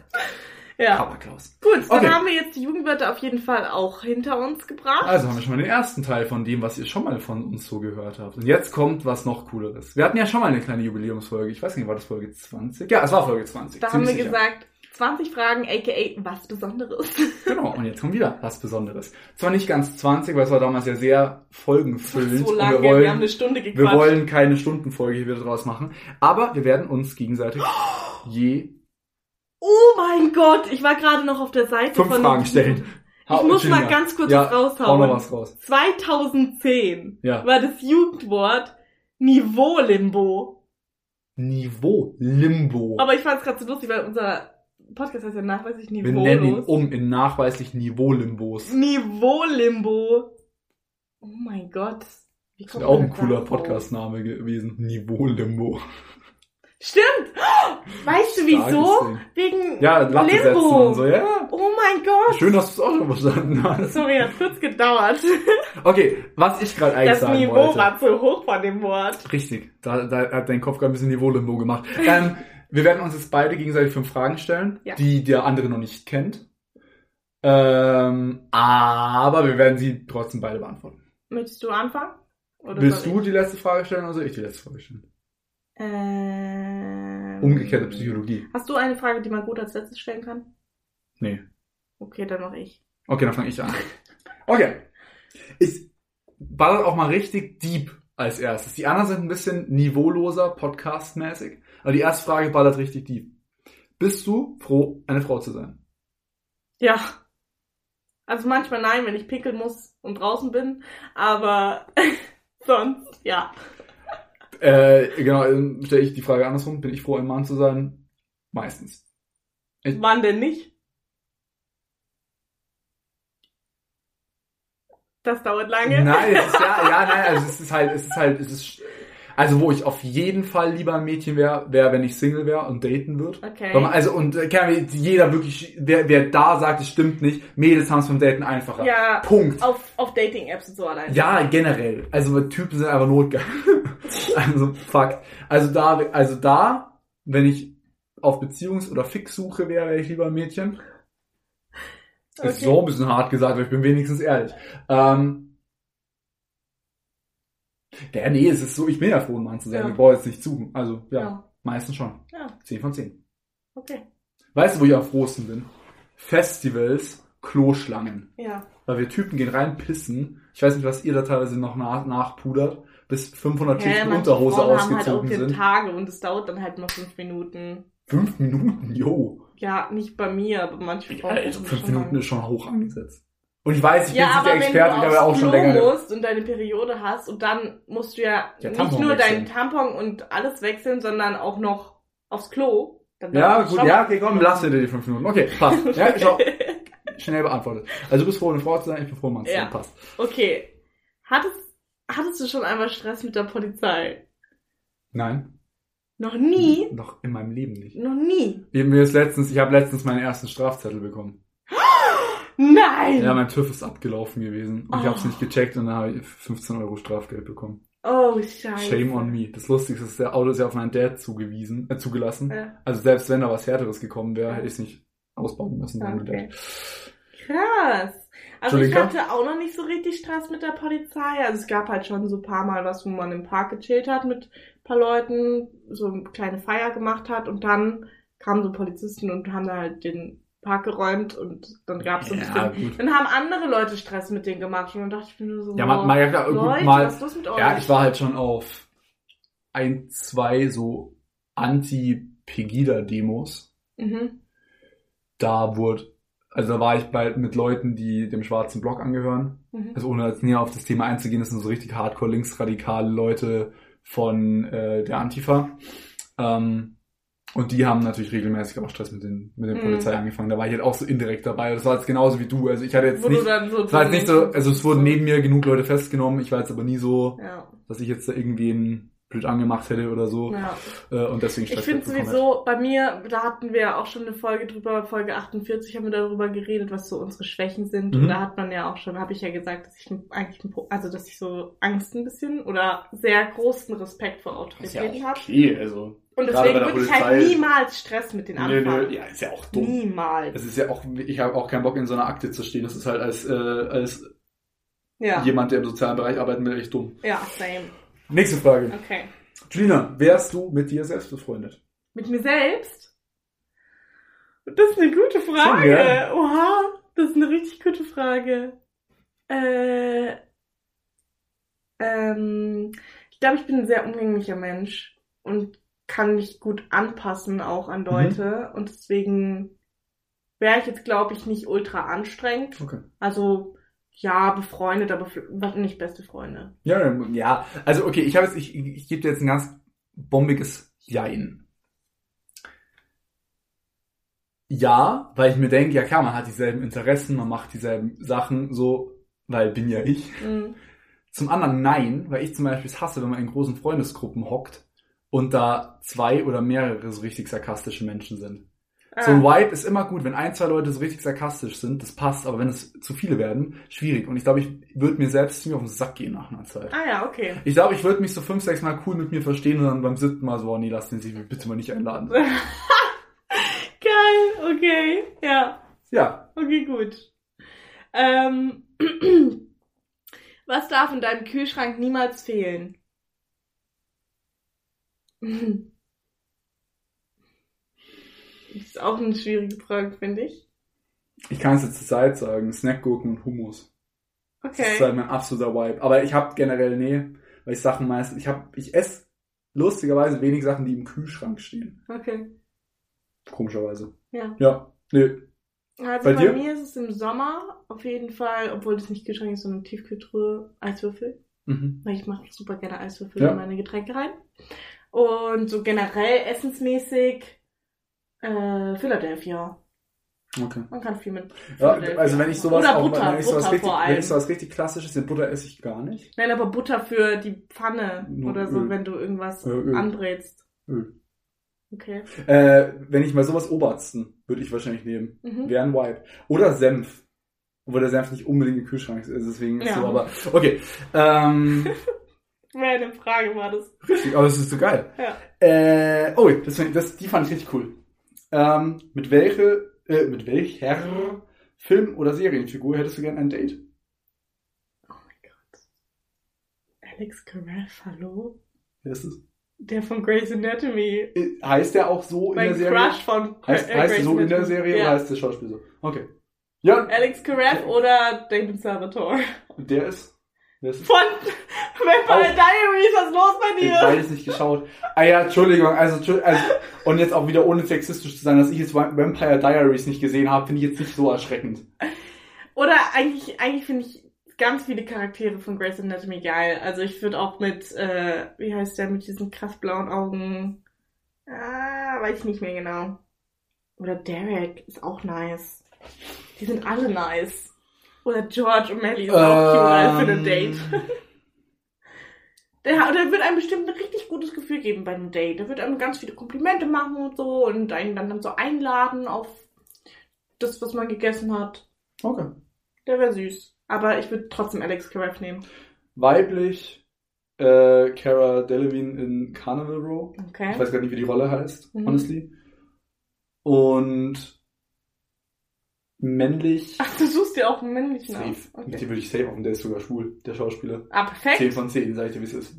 [SPEAKER 2] Ja.
[SPEAKER 1] Aber Klaus.
[SPEAKER 2] Gut, dann
[SPEAKER 1] Okay.
[SPEAKER 2] haben wir jetzt die Jugendwörter auf jeden Fall auch hinter uns gebracht.
[SPEAKER 1] Also haben wir schon mal den ersten Teil von dem, was ihr schon mal von uns so gehört habt. Und jetzt kommt was noch cooleres. Wir hatten ja schon mal eine kleine Jubiläumsfolge. Ich weiß nicht, war das Folge 20? Ja, es war Folge 20.
[SPEAKER 2] da haben
[SPEAKER 1] ziemlich
[SPEAKER 2] wir
[SPEAKER 1] sicher.
[SPEAKER 2] gesagt, 20 Fragen, aka was Besonderes. [laughs]
[SPEAKER 1] Genau, und jetzt kommt wieder was Besonderes. Zwar nicht ganz 20, weil es war damals ja sehr folgenfüllend.
[SPEAKER 2] so
[SPEAKER 1] und
[SPEAKER 2] lange,
[SPEAKER 1] wir wollen,
[SPEAKER 2] wir haben eine Stunde
[SPEAKER 1] wir
[SPEAKER 2] gequatscht.
[SPEAKER 1] wollen keine Stundenfolge hier wieder draus machen. Aber wir werden uns gegenseitig je
[SPEAKER 2] Oh mein Gott, ich war gerade noch auf der Seite
[SPEAKER 1] Fünf
[SPEAKER 2] von...
[SPEAKER 1] Fragen stellen.
[SPEAKER 2] Ich muss mal ganz kurz
[SPEAKER 1] ja,
[SPEAKER 2] was
[SPEAKER 1] Hau noch
[SPEAKER 2] raushauen.
[SPEAKER 1] was raus.
[SPEAKER 2] 2010
[SPEAKER 1] Ja.
[SPEAKER 2] war das Jugendwort
[SPEAKER 1] Oh.
[SPEAKER 2] Niveau-Limbo.
[SPEAKER 1] Niveau. Limbo.
[SPEAKER 2] Aber ich fand es gerade so lustig, weil unser Podcast heißt ja nachweislich
[SPEAKER 1] Wir nennen ihn
[SPEAKER 2] niveaulos.
[SPEAKER 1] um in nachweislich Niveau-Limbos.
[SPEAKER 2] Niveau-Limbo. Oh mein Gott. Wie
[SPEAKER 1] Das
[SPEAKER 2] kommt
[SPEAKER 1] wäre auch
[SPEAKER 2] man
[SPEAKER 1] ein
[SPEAKER 2] da
[SPEAKER 1] cooler
[SPEAKER 2] drauf?
[SPEAKER 1] Podcastname gewesen. Niveau-Limbo.
[SPEAKER 2] Stimmt. Weißt du wieso?
[SPEAKER 1] Starkes Ding.
[SPEAKER 2] Wegen
[SPEAKER 1] Ja, Latte setzen
[SPEAKER 2] Limbo.
[SPEAKER 1] und so. Ja.
[SPEAKER 2] Oh mein Gott.
[SPEAKER 1] Schön, dass du es auch schon verstanden hast.
[SPEAKER 2] Sorry, hat kurz gedauert.
[SPEAKER 1] Okay, was ich gerade eigentlich
[SPEAKER 2] Das
[SPEAKER 1] sagen
[SPEAKER 2] Niveau
[SPEAKER 1] wollte.
[SPEAKER 2] war zu hoch von dem Wort.
[SPEAKER 1] Richtig, da, da hat dein Kopf gerade ein bisschen Niveau-Limbo gemacht. Ähm, wir werden uns jetzt beide gegenseitig fünf Fragen stellen,
[SPEAKER 2] Ja.
[SPEAKER 1] die der andere noch nicht kennt. Ähm, aber wir werden sie trotzdem beide beantworten.
[SPEAKER 2] Möchtest du anfangen? Oder
[SPEAKER 1] Willst
[SPEAKER 2] soll
[SPEAKER 1] du die letzte Frage stellen oder soll ich die letzte Frage stellen?
[SPEAKER 2] ich? Ähm,
[SPEAKER 1] Umgekehrte Psychologie.
[SPEAKER 2] Hast du eine Frage, die man gut als letztes stellen kann?
[SPEAKER 1] Nee.
[SPEAKER 2] Okay, dann noch ich.
[SPEAKER 1] Okay, dann fange ich an. Okay. Ich ballert auch mal richtig deep als erstes. Die anderen sind ein bisschen niveauloser, podcastmäßig. Aber die erste Frage ballert richtig deep. Bist du froh, eine Frau zu sein?
[SPEAKER 2] Ja. Also manchmal nein, wenn ich pinkeln muss und draußen bin, aber [laughs] sonst ja.
[SPEAKER 1] Äh, genau, ähm, stelle ich die Frage andersrum. Bin ich froh, ein Mann zu sein? Meistens. Ich-
[SPEAKER 2] Wann denn nicht? Das dauert lange.
[SPEAKER 1] Nein, es ist, ja, ja, nein, also es ist halt, es ist halt, es ist, also wo ich auf jeden Fall lieber ein Mädchen wäre, wäre, wenn ich Single wäre und daten würde.
[SPEAKER 2] Okay.
[SPEAKER 1] Weil man- Also und äh, keine Ahnung, jeder wirklich, wer, wer da sagt, es stimmt nicht, Mädels haben es beim Daten einfacher.
[SPEAKER 2] Ja,
[SPEAKER 1] Punkt.
[SPEAKER 2] auf, auf Dating-Apps und so allein.
[SPEAKER 1] Ja, generell. Also Typen sind einfach notgeil. [laughs] also Fakt. Also da, also da, wenn ich auf Beziehungs- oder Fixsuche wäre, wäre ich lieber ein Mädchen.
[SPEAKER 2] okay.
[SPEAKER 1] Ist so ein bisschen hart gesagt, aber ich bin wenigstens ehrlich. Ähm, ja, nee, es ist so, ich bin ja froh, ein Mann zu sein.
[SPEAKER 2] Ja.
[SPEAKER 1] Wir brauchen jetzt nicht zu. Also, ja,
[SPEAKER 2] Ja.
[SPEAKER 1] meistens schon.
[SPEAKER 2] ja,
[SPEAKER 1] 10 von 10.
[SPEAKER 2] okay.
[SPEAKER 1] Weißt du, wo ich am frohsten bin? Festivals, Kloschlangen.
[SPEAKER 2] Ja.
[SPEAKER 1] Weil wir Typen gehen rein, pissen. Ich weiß nicht, was ihr da teilweise noch nach, nachpudert. Bis 500
[SPEAKER 2] ja,
[SPEAKER 1] Schichten
[SPEAKER 2] manche
[SPEAKER 1] Unterhose
[SPEAKER 2] Frauen haben halt auch
[SPEAKER 1] ausgezogen
[SPEAKER 2] den
[SPEAKER 1] sind.
[SPEAKER 2] Tage und es dauert dann halt mal fünf Minuten.
[SPEAKER 1] 5 Minuten, jo.
[SPEAKER 2] Ja, nicht bei mir, aber manche Frauen.
[SPEAKER 1] Also
[SPEAKER 2] brauchen
[SPEAKER 1] 5
[SPEAKER 2] schon
[SPEAKER 1] Minuten
[SPEAKER 2] lange.
[SPEAKER 1] ist schon hoch angesetzt. Und ich weiß, ich
[SPEAKER 2] ja, aber
[SPEAKER 1] bin
[SPEAKER 2] wenn
[SPEAKER 1] nicht der Experte, ich
[SPEAKER 2] du
[SPEAKER 1] habe ja auch schon
[SPEAKER 2] Klo
[SPEAKER 1] länger.
[SPEAKER 2] musst und deine Periode hast und dann musst du ja,
[SPEAKER 1] Ja,
[SPEAKER 2] nicht
[SPEAKER 1] Tampon
[SPEAKER 2] nur
[SPEAKER 1] wechseln.
[SPEAKER 2] deinen Tampon und alles wechseln, sondern auch noch aufs Klo. Dann
[SPEAKER 1] Ja,
[SPEAKER 2] dauert das
[SPEAKER 1] gut,
[SPEAKER 2] schon
[SPEAKER 1] ja, okay, komm, lass dir die 5 Minuten. Okay,
[SPEAKER 2] [laughs]
[SPEAKER 1] passt. Ja, schau, schnell beantwortet. Also du bist froh, eine Frau zu sein, ich bin froh, Mann zu
[SPEAKER 2] Ja.
[SPEAKER 1] sein. Passt.
[SPEAKER 2] Okay. Hattest, hattest du schon einmal Stress mit der Polizei?
[SPEAKER 1] Nein.
[SPEAKER 2] Noch nie?
[SPEAKER 1] Noch in meinem Leben nicht.
[SPEAKER 2] Noch nie?
[SPEAKER 1] Ich, mir ist letztens, ich habe letztens meinen ersten Strafzettel bekommen.
[SPEAKER 2] Nein!
[SPEAKER 1] Ja, mein TÜV ist abgelaufen gewesen. Und ich habe es
[SPEAKER 2] Oh.
[SPEAKER 1] nicht gecheckt und dann habe ich 15 Euro Strafgeld bekommen.
[SPEAKER 2] oh, scheiße.
[SPEAKER 1] Shame on me. Das Lustigste ist, der Auto ist ja auf meinen Dad zugewiesen, äh, zugelassen.
[SPEAKER 2] Ja.
[SPEAKER 1] Also selbst wenn da was Härteres gekommen wäre, hätte ich es nicht ausbauen müssen.
[SPEAKER 2] Ja,
[SPEAKER 1] ohne
[SPEAKER 2] okay.
[SPEAKER 1] Dad.
[SPEAKER 2] Krass. Also ich
[SPEAKER 1] Entschuldigung?
[SPEAKER 2] hatte auch noch nicht so richtig Stress mit der Polizei. Also es gab halt schon so ein paar Mal was, wo man im Park gechillt hat mit ein paar Leuten, so eine kleine Feier gemacht hat und dann kamen so Polizisten und haben da halt den Park geräumt und dann gab es so ein
[SPEAKER 1] Ja,
[SPEAKER 2] bisschen...
[SPEAKER 1] gut.
[SPEAKER 2] Dann haben andere Leute Stress mit denen gemacht und dann dachte ich mir nur so, "Oh,
[SPEAKER 1] Ja, mal, mal, ja, klar,
[SPEAKER 2] Leute,
[SPEAKER 1] gut, mal,
[SPEAKER 2] was ist los mit euch?
[SPEAKER 1] Ja, ich war halt schon auf ein, zwei so Anti-Pegida-Demos.
[SPEAKER 2] mhm.
[SPEAKER 1] Da wurde, also da war ich bald mit Leuten, die dem schwarzen Block angehören.
[SPEAKER 2] Mhm.
[SPEAKER 1] Also ohne jetzt näher auf das Thema einzugehen, das sind so richtig hardcore linksradikale Leute von äh, der Antifa. Ähm, und die haben natürlich regelmäßig auch Stress mit den, mit der
[SPEAKER 2] Mhm.
[SPEAKER 1] Polizei angefangen. Da war ich halt auch so indirekt dabei. Das war jetzt genauso wie du. Also ich hatte jetzt
[SPEAKER 2] Wo
[SPEAKER 1] nicht,
[SPEAKER 2] du dann so...
[SPEAKER 1] es war jetzt nicht so, also es wurden neben mir genug Leute festgenommen. Ich war jetzt aber nie so,
[SPEAKER 2] Ja,
[SPEAKER 1] dass ich jetzt da irgendwen blöd angemacht hätte oder so.
[SPEAKER 2] ja.
[SPEAKER 1] Äh, und deswegen
[SPEAKER 2] Ich
[SPEAKER 1] Stress
[SPEAKER 2] finde
[SPEAKER 1] bekommen
[SPEAKER 2] sowieso, bei mir, da hatten wir ja auch schon eine Folge drüber, Folge 48 haben wir darüber geredet, was so unsere Schwächen sind.
[SPEAKER 1] Mhm.
[SPEAKER 2] Und da hat man ja auch schon, habe ich ja gesagt, dass ich eigentlich, ein Pro- also dass ich so Angst ein bisschen oder sehr großen Respekt vor
[SPEAKER 1] hätte. Ist ja
[SPEAKER 2] Autoritäten
[SPEAKER 1] auch
[SPEAKER 2] habe.
[SPEAKER 1] okay, also.
[SPEAKER 2] Und
[SPEAKER 1] Gerade
[SPEAKER 2] deswegen
[SPEAKER 1] bei der
[SPEAKER 2] würde ich halt
[SPEAKER 1] Polizei-
[SPEAKER 2] niemals Stress mit den
[SPEAKER 1] Nö,
[SPEAKER 2] anfangen.
[SPEAKER 1] nö, ja, ist ja auch dumm.
[SPEAKER 2] Niemals.
[SPEAKER 1] Es ist ja auch, ich habe auch keinen Bock in so einer Akte zu stehen. Das ist halt als, äh, als
[SPEAKER 2] Ja,
[SPEAKER 1] jemand, der im sozialen Bereich arbeiten will, echt dumm.
[SPEAKER 2] ja, same.
[SPEAKER 1] Nächste Frage.
[SPEAKER 2] Okay.
[SPEAKER 1] Julina, wärst du mit dir selbst befreundet?
[SPEAKER 2] Mit mir selbst? Das ist eine gute Frage.
[SPEAKER 1] Schon, ja.
[SPEAKER 2] Oha, das ist eine richtig gute Frage. Äh, ähm, ich glaube, ich bin ein sehr umgänglicher Mensch. Und kann mich gut anpassen auch an Leute und deswegen wäre ich jetzt, glaube ich, nicht ultra anstrengend.
[SPEAKER 1] Okay.
[SPEAKER 2] Also ja, befreundet, aber f- nicht beste Freunde.
[SPEAKER 1] Ja, ja, ja. Also okay, ich habe jetzt, ich, ich gebe dir jetzt ein ganz bombiges Jein. Ja, weil ich mir denke, ja klar, man hat dieselben Interessen, man macht dieselben Sachen, so, weil bin ja ich.
[SPEAKER 2] Mhm.
[SPEAKER 1] Zum anderen nein, weil ich zum Beispiel es hasse, wenn man in großen Freundesgruppen hockt und da zwei oder mehrere so richtig sarkastische Menschen sind. So ein
[SPEAKER 2] Ah,
[SPEAKER 1] Vibe ist immer gut, wenn ein, zwei Leute so richtig sarkastisch sind, das passt, aber wenn es zu viele werden, schwierig. Und ich glaube, ich würde mir selbst ziemlich auf den Sack gehen nach einer Zeit.
[SPEAKER 2] ah ja, okay.
[SPEAKER 1] Ich glaube, ich würde mich so fünf, sechs Mal cool mit mir verstehen und dann beim siebten Mal so, oh nee, lass den sich bitte mal nicht einladen.
[SPEAKER 2] Geil, okay. Ja.
[SPEAKER 1] Ja,
[SPEAKER 2] Okay, gut. Ähm, [clears throat] was darf in deinem Kühlschrank niemals fehlen? [laughs] Das ist auch eine schwierige Frage, finde ich.
[SPEAKER 1] ich kann es jetzt zur Zeit sagen, Snackgurken und Hummus. Das ist
[SPEAKER 2] Okay.
[SPEAKER 1] halt mein absoluter Vibe. Aber ich habe generell, nee, weil ich Sachen meist, ich habe, ich esse lustigerweise wenig Sachen, die im Kühlschrank stehen.
[SPEAKER 2] Okay.
[SPEAKER 1] Komischerweise.
[SPEAKER 2] Ja.
[SPEAKER 1] Ja, nee,
[SPEAKER 2] Also
[SPEAKER 1] Bei
[SPEAKER 2] bei,
[SPEAKER 1] dir?
[SPEAKER 2] mir ist es im Sommer auf jeden Fall, obwohl das nicht Kühlschrank ist, sondern Tiefkühltruhe, Eiswürfel.
[SPEAKER 1] mhm.
[SPEAKER 2] weil ich mache super gerne Eiswürfel
[SPEAKER 1] Ja.
[SPEAKER 2] in meine Getränke rein. Und so generell essensmäßig äh, Philadelphia.
[SPEAKER 1] okay.
[SPEAKER 2] Man kann viel mit
[SPEAKER 1] Ja,
[SPEAKER 2] Philadelphia
[SPEAKER 1] also wenn ich sowas,
[SPEAKER 2] Oder
[SPEAKER 1] auch,
[SPEAKER 2] Butter,
[SPEAKER 1] wenn, ich sowas
[SPEAKER 2] Butter
[SPEAKER 1] richtig,
[SPEAKER 2] vor
[SPEAKER 1] wenn ich
[SPEAKER 2] allem.
[SPEAKER 1] sowas richtig klassisches, den Butter esse ich gar nicht.
[SPEAKER 2] Nein, aber Butter für die Pfanne
[SPEAKER 1] Nur
[SPEAKER 2] oder so,
[SPEAKER 1] Öl.
[SPEAKER 2] wenn du irgendwas
[SPEAKER 1] Äh, Öl.
[SPEAKER 2] anbrätst.
[SPEAKER 1] Öl.
[SPEAKER 2] Okay.
[SPEAKER 1] Äh, wenn ich mal sowas Obersten, würde ich wahrscheinlich nehmen.
[SPEAKER 2] Mhm.
[SPEAKER 1] Wäre ein Vibe. Oder Senf. Obwohl der Senf nicht unbedingt im Kühlschrank ist, deswegen ist
[SPEAKER 2] Ja.
[SPEAKER 1] so, aber okay.
[SPEAKER 2] [laughs]
[SPEAKER 1] Ähm,
[SPEAKER 2] Meine Frage war das.
[SPEAKER 1] richtig, aber das ist so geil.
[SPEAKER 2] Ja.
[SPEAKER 1] Äh, oh, das, find- das, die fand ich richtig cool. Ähm, mit, welche, äh, mit welcher Film- oder Serienfigur hättest du gern ein Date?
[SPEAKER 2] Alex Carruth, hallo?
[SPEAKER 1] Wer ist es?
[SPEAKER 2] Der von Grey's Anatomy.
[SPEAKER 1] Äh, Heißt der auch so
[SPEAKER 2] Mein
[SPEAKER 1] in der Serie?
[SPEAKER 2] Crush von
[SPEAKER 1] Heißt,
[SPEAKER 2] äh,
[SPEAKER 1] heißt er
[SPEAKER 2] Grey's
[SPEAKER 1] so in der
[SPEAKER 2] Anatomy.
[SPEAKER 1] Serie
[SPEAKER 2] Ja.
[SPEAKER 1] oder heißt der Schauspiel so? Okay. Ja,
[SPEAKER 2] Alex Carruth oder David Salvatore.
[SPEAKER 1] der ist. Der ist
[SPEAKER 2] Von [laughs] Vampire Diaries, was ist los bei
[SPEAKER 1] Ich
[SPEAKER 2] dir?
[SPEAKER 1] hab beides nicht geschaut. Ah ja, Entschuldigung, also, Entschu- also und jetzt auch wieder ohne sexistisch zu sein, dass ich jetzt Vampire Diaries nicht gesehen habe, finde ich jetzt nicht so erschreckend.
[SPEAKER 2] Oder eigentlich, eigentlich finde ich ganz viele Charaktere von Grey's Anatomy geil. Also ich würde auch mit, äh, wie heißt der, mit diesen krass blauen Augen. Ah, weiß ich nicht mehr genau. Oder Derek ist auch nice. Die sind alle nice. Oder George O'Malley ist
[SPEAKER 1] Ähm.
[SPEAKER 2] auch cute für ein Date. Der, der wird einem bestimmt ein richtig gutes Gefühl geben bei einem Date. Der wird einem ganz viele Komplimente machen und so und einen dann, dann so einladen auf das, was man gegessen hat.
[SPEAKER 1] Okay.
[SPEAKER 2] Der wäre süß. Aber ich würde trotzdem Alex Carafe nehmen.
[SPEAKER 1] Weiblich, äh, Cara Delevingne in Carnival Row.
[SPEAKER 2] Okay.
[SPEAKER 1] Ich weiß gar nicht, wie die Rolle heißt,
[SPEAKER 2] Mhm.
[SPEAKER 1] honestly. Und männlich.
[SPEAKER 2] Ach, du suchst dir auch einen männlichen
[SPEAKER 1] safe.
[SPEAKER 2] aus. Okay.
[SPEAKER 1] Mit dem würde ich safe machen, der ist sogar schwul, der Schauspieler.
[SPEAKER 2] Ah,
[SPEAKER 1] 10
[SPEAKER 2] perfekt.
[SPEAKER 1] von 10, sag ich dir, wie es ist.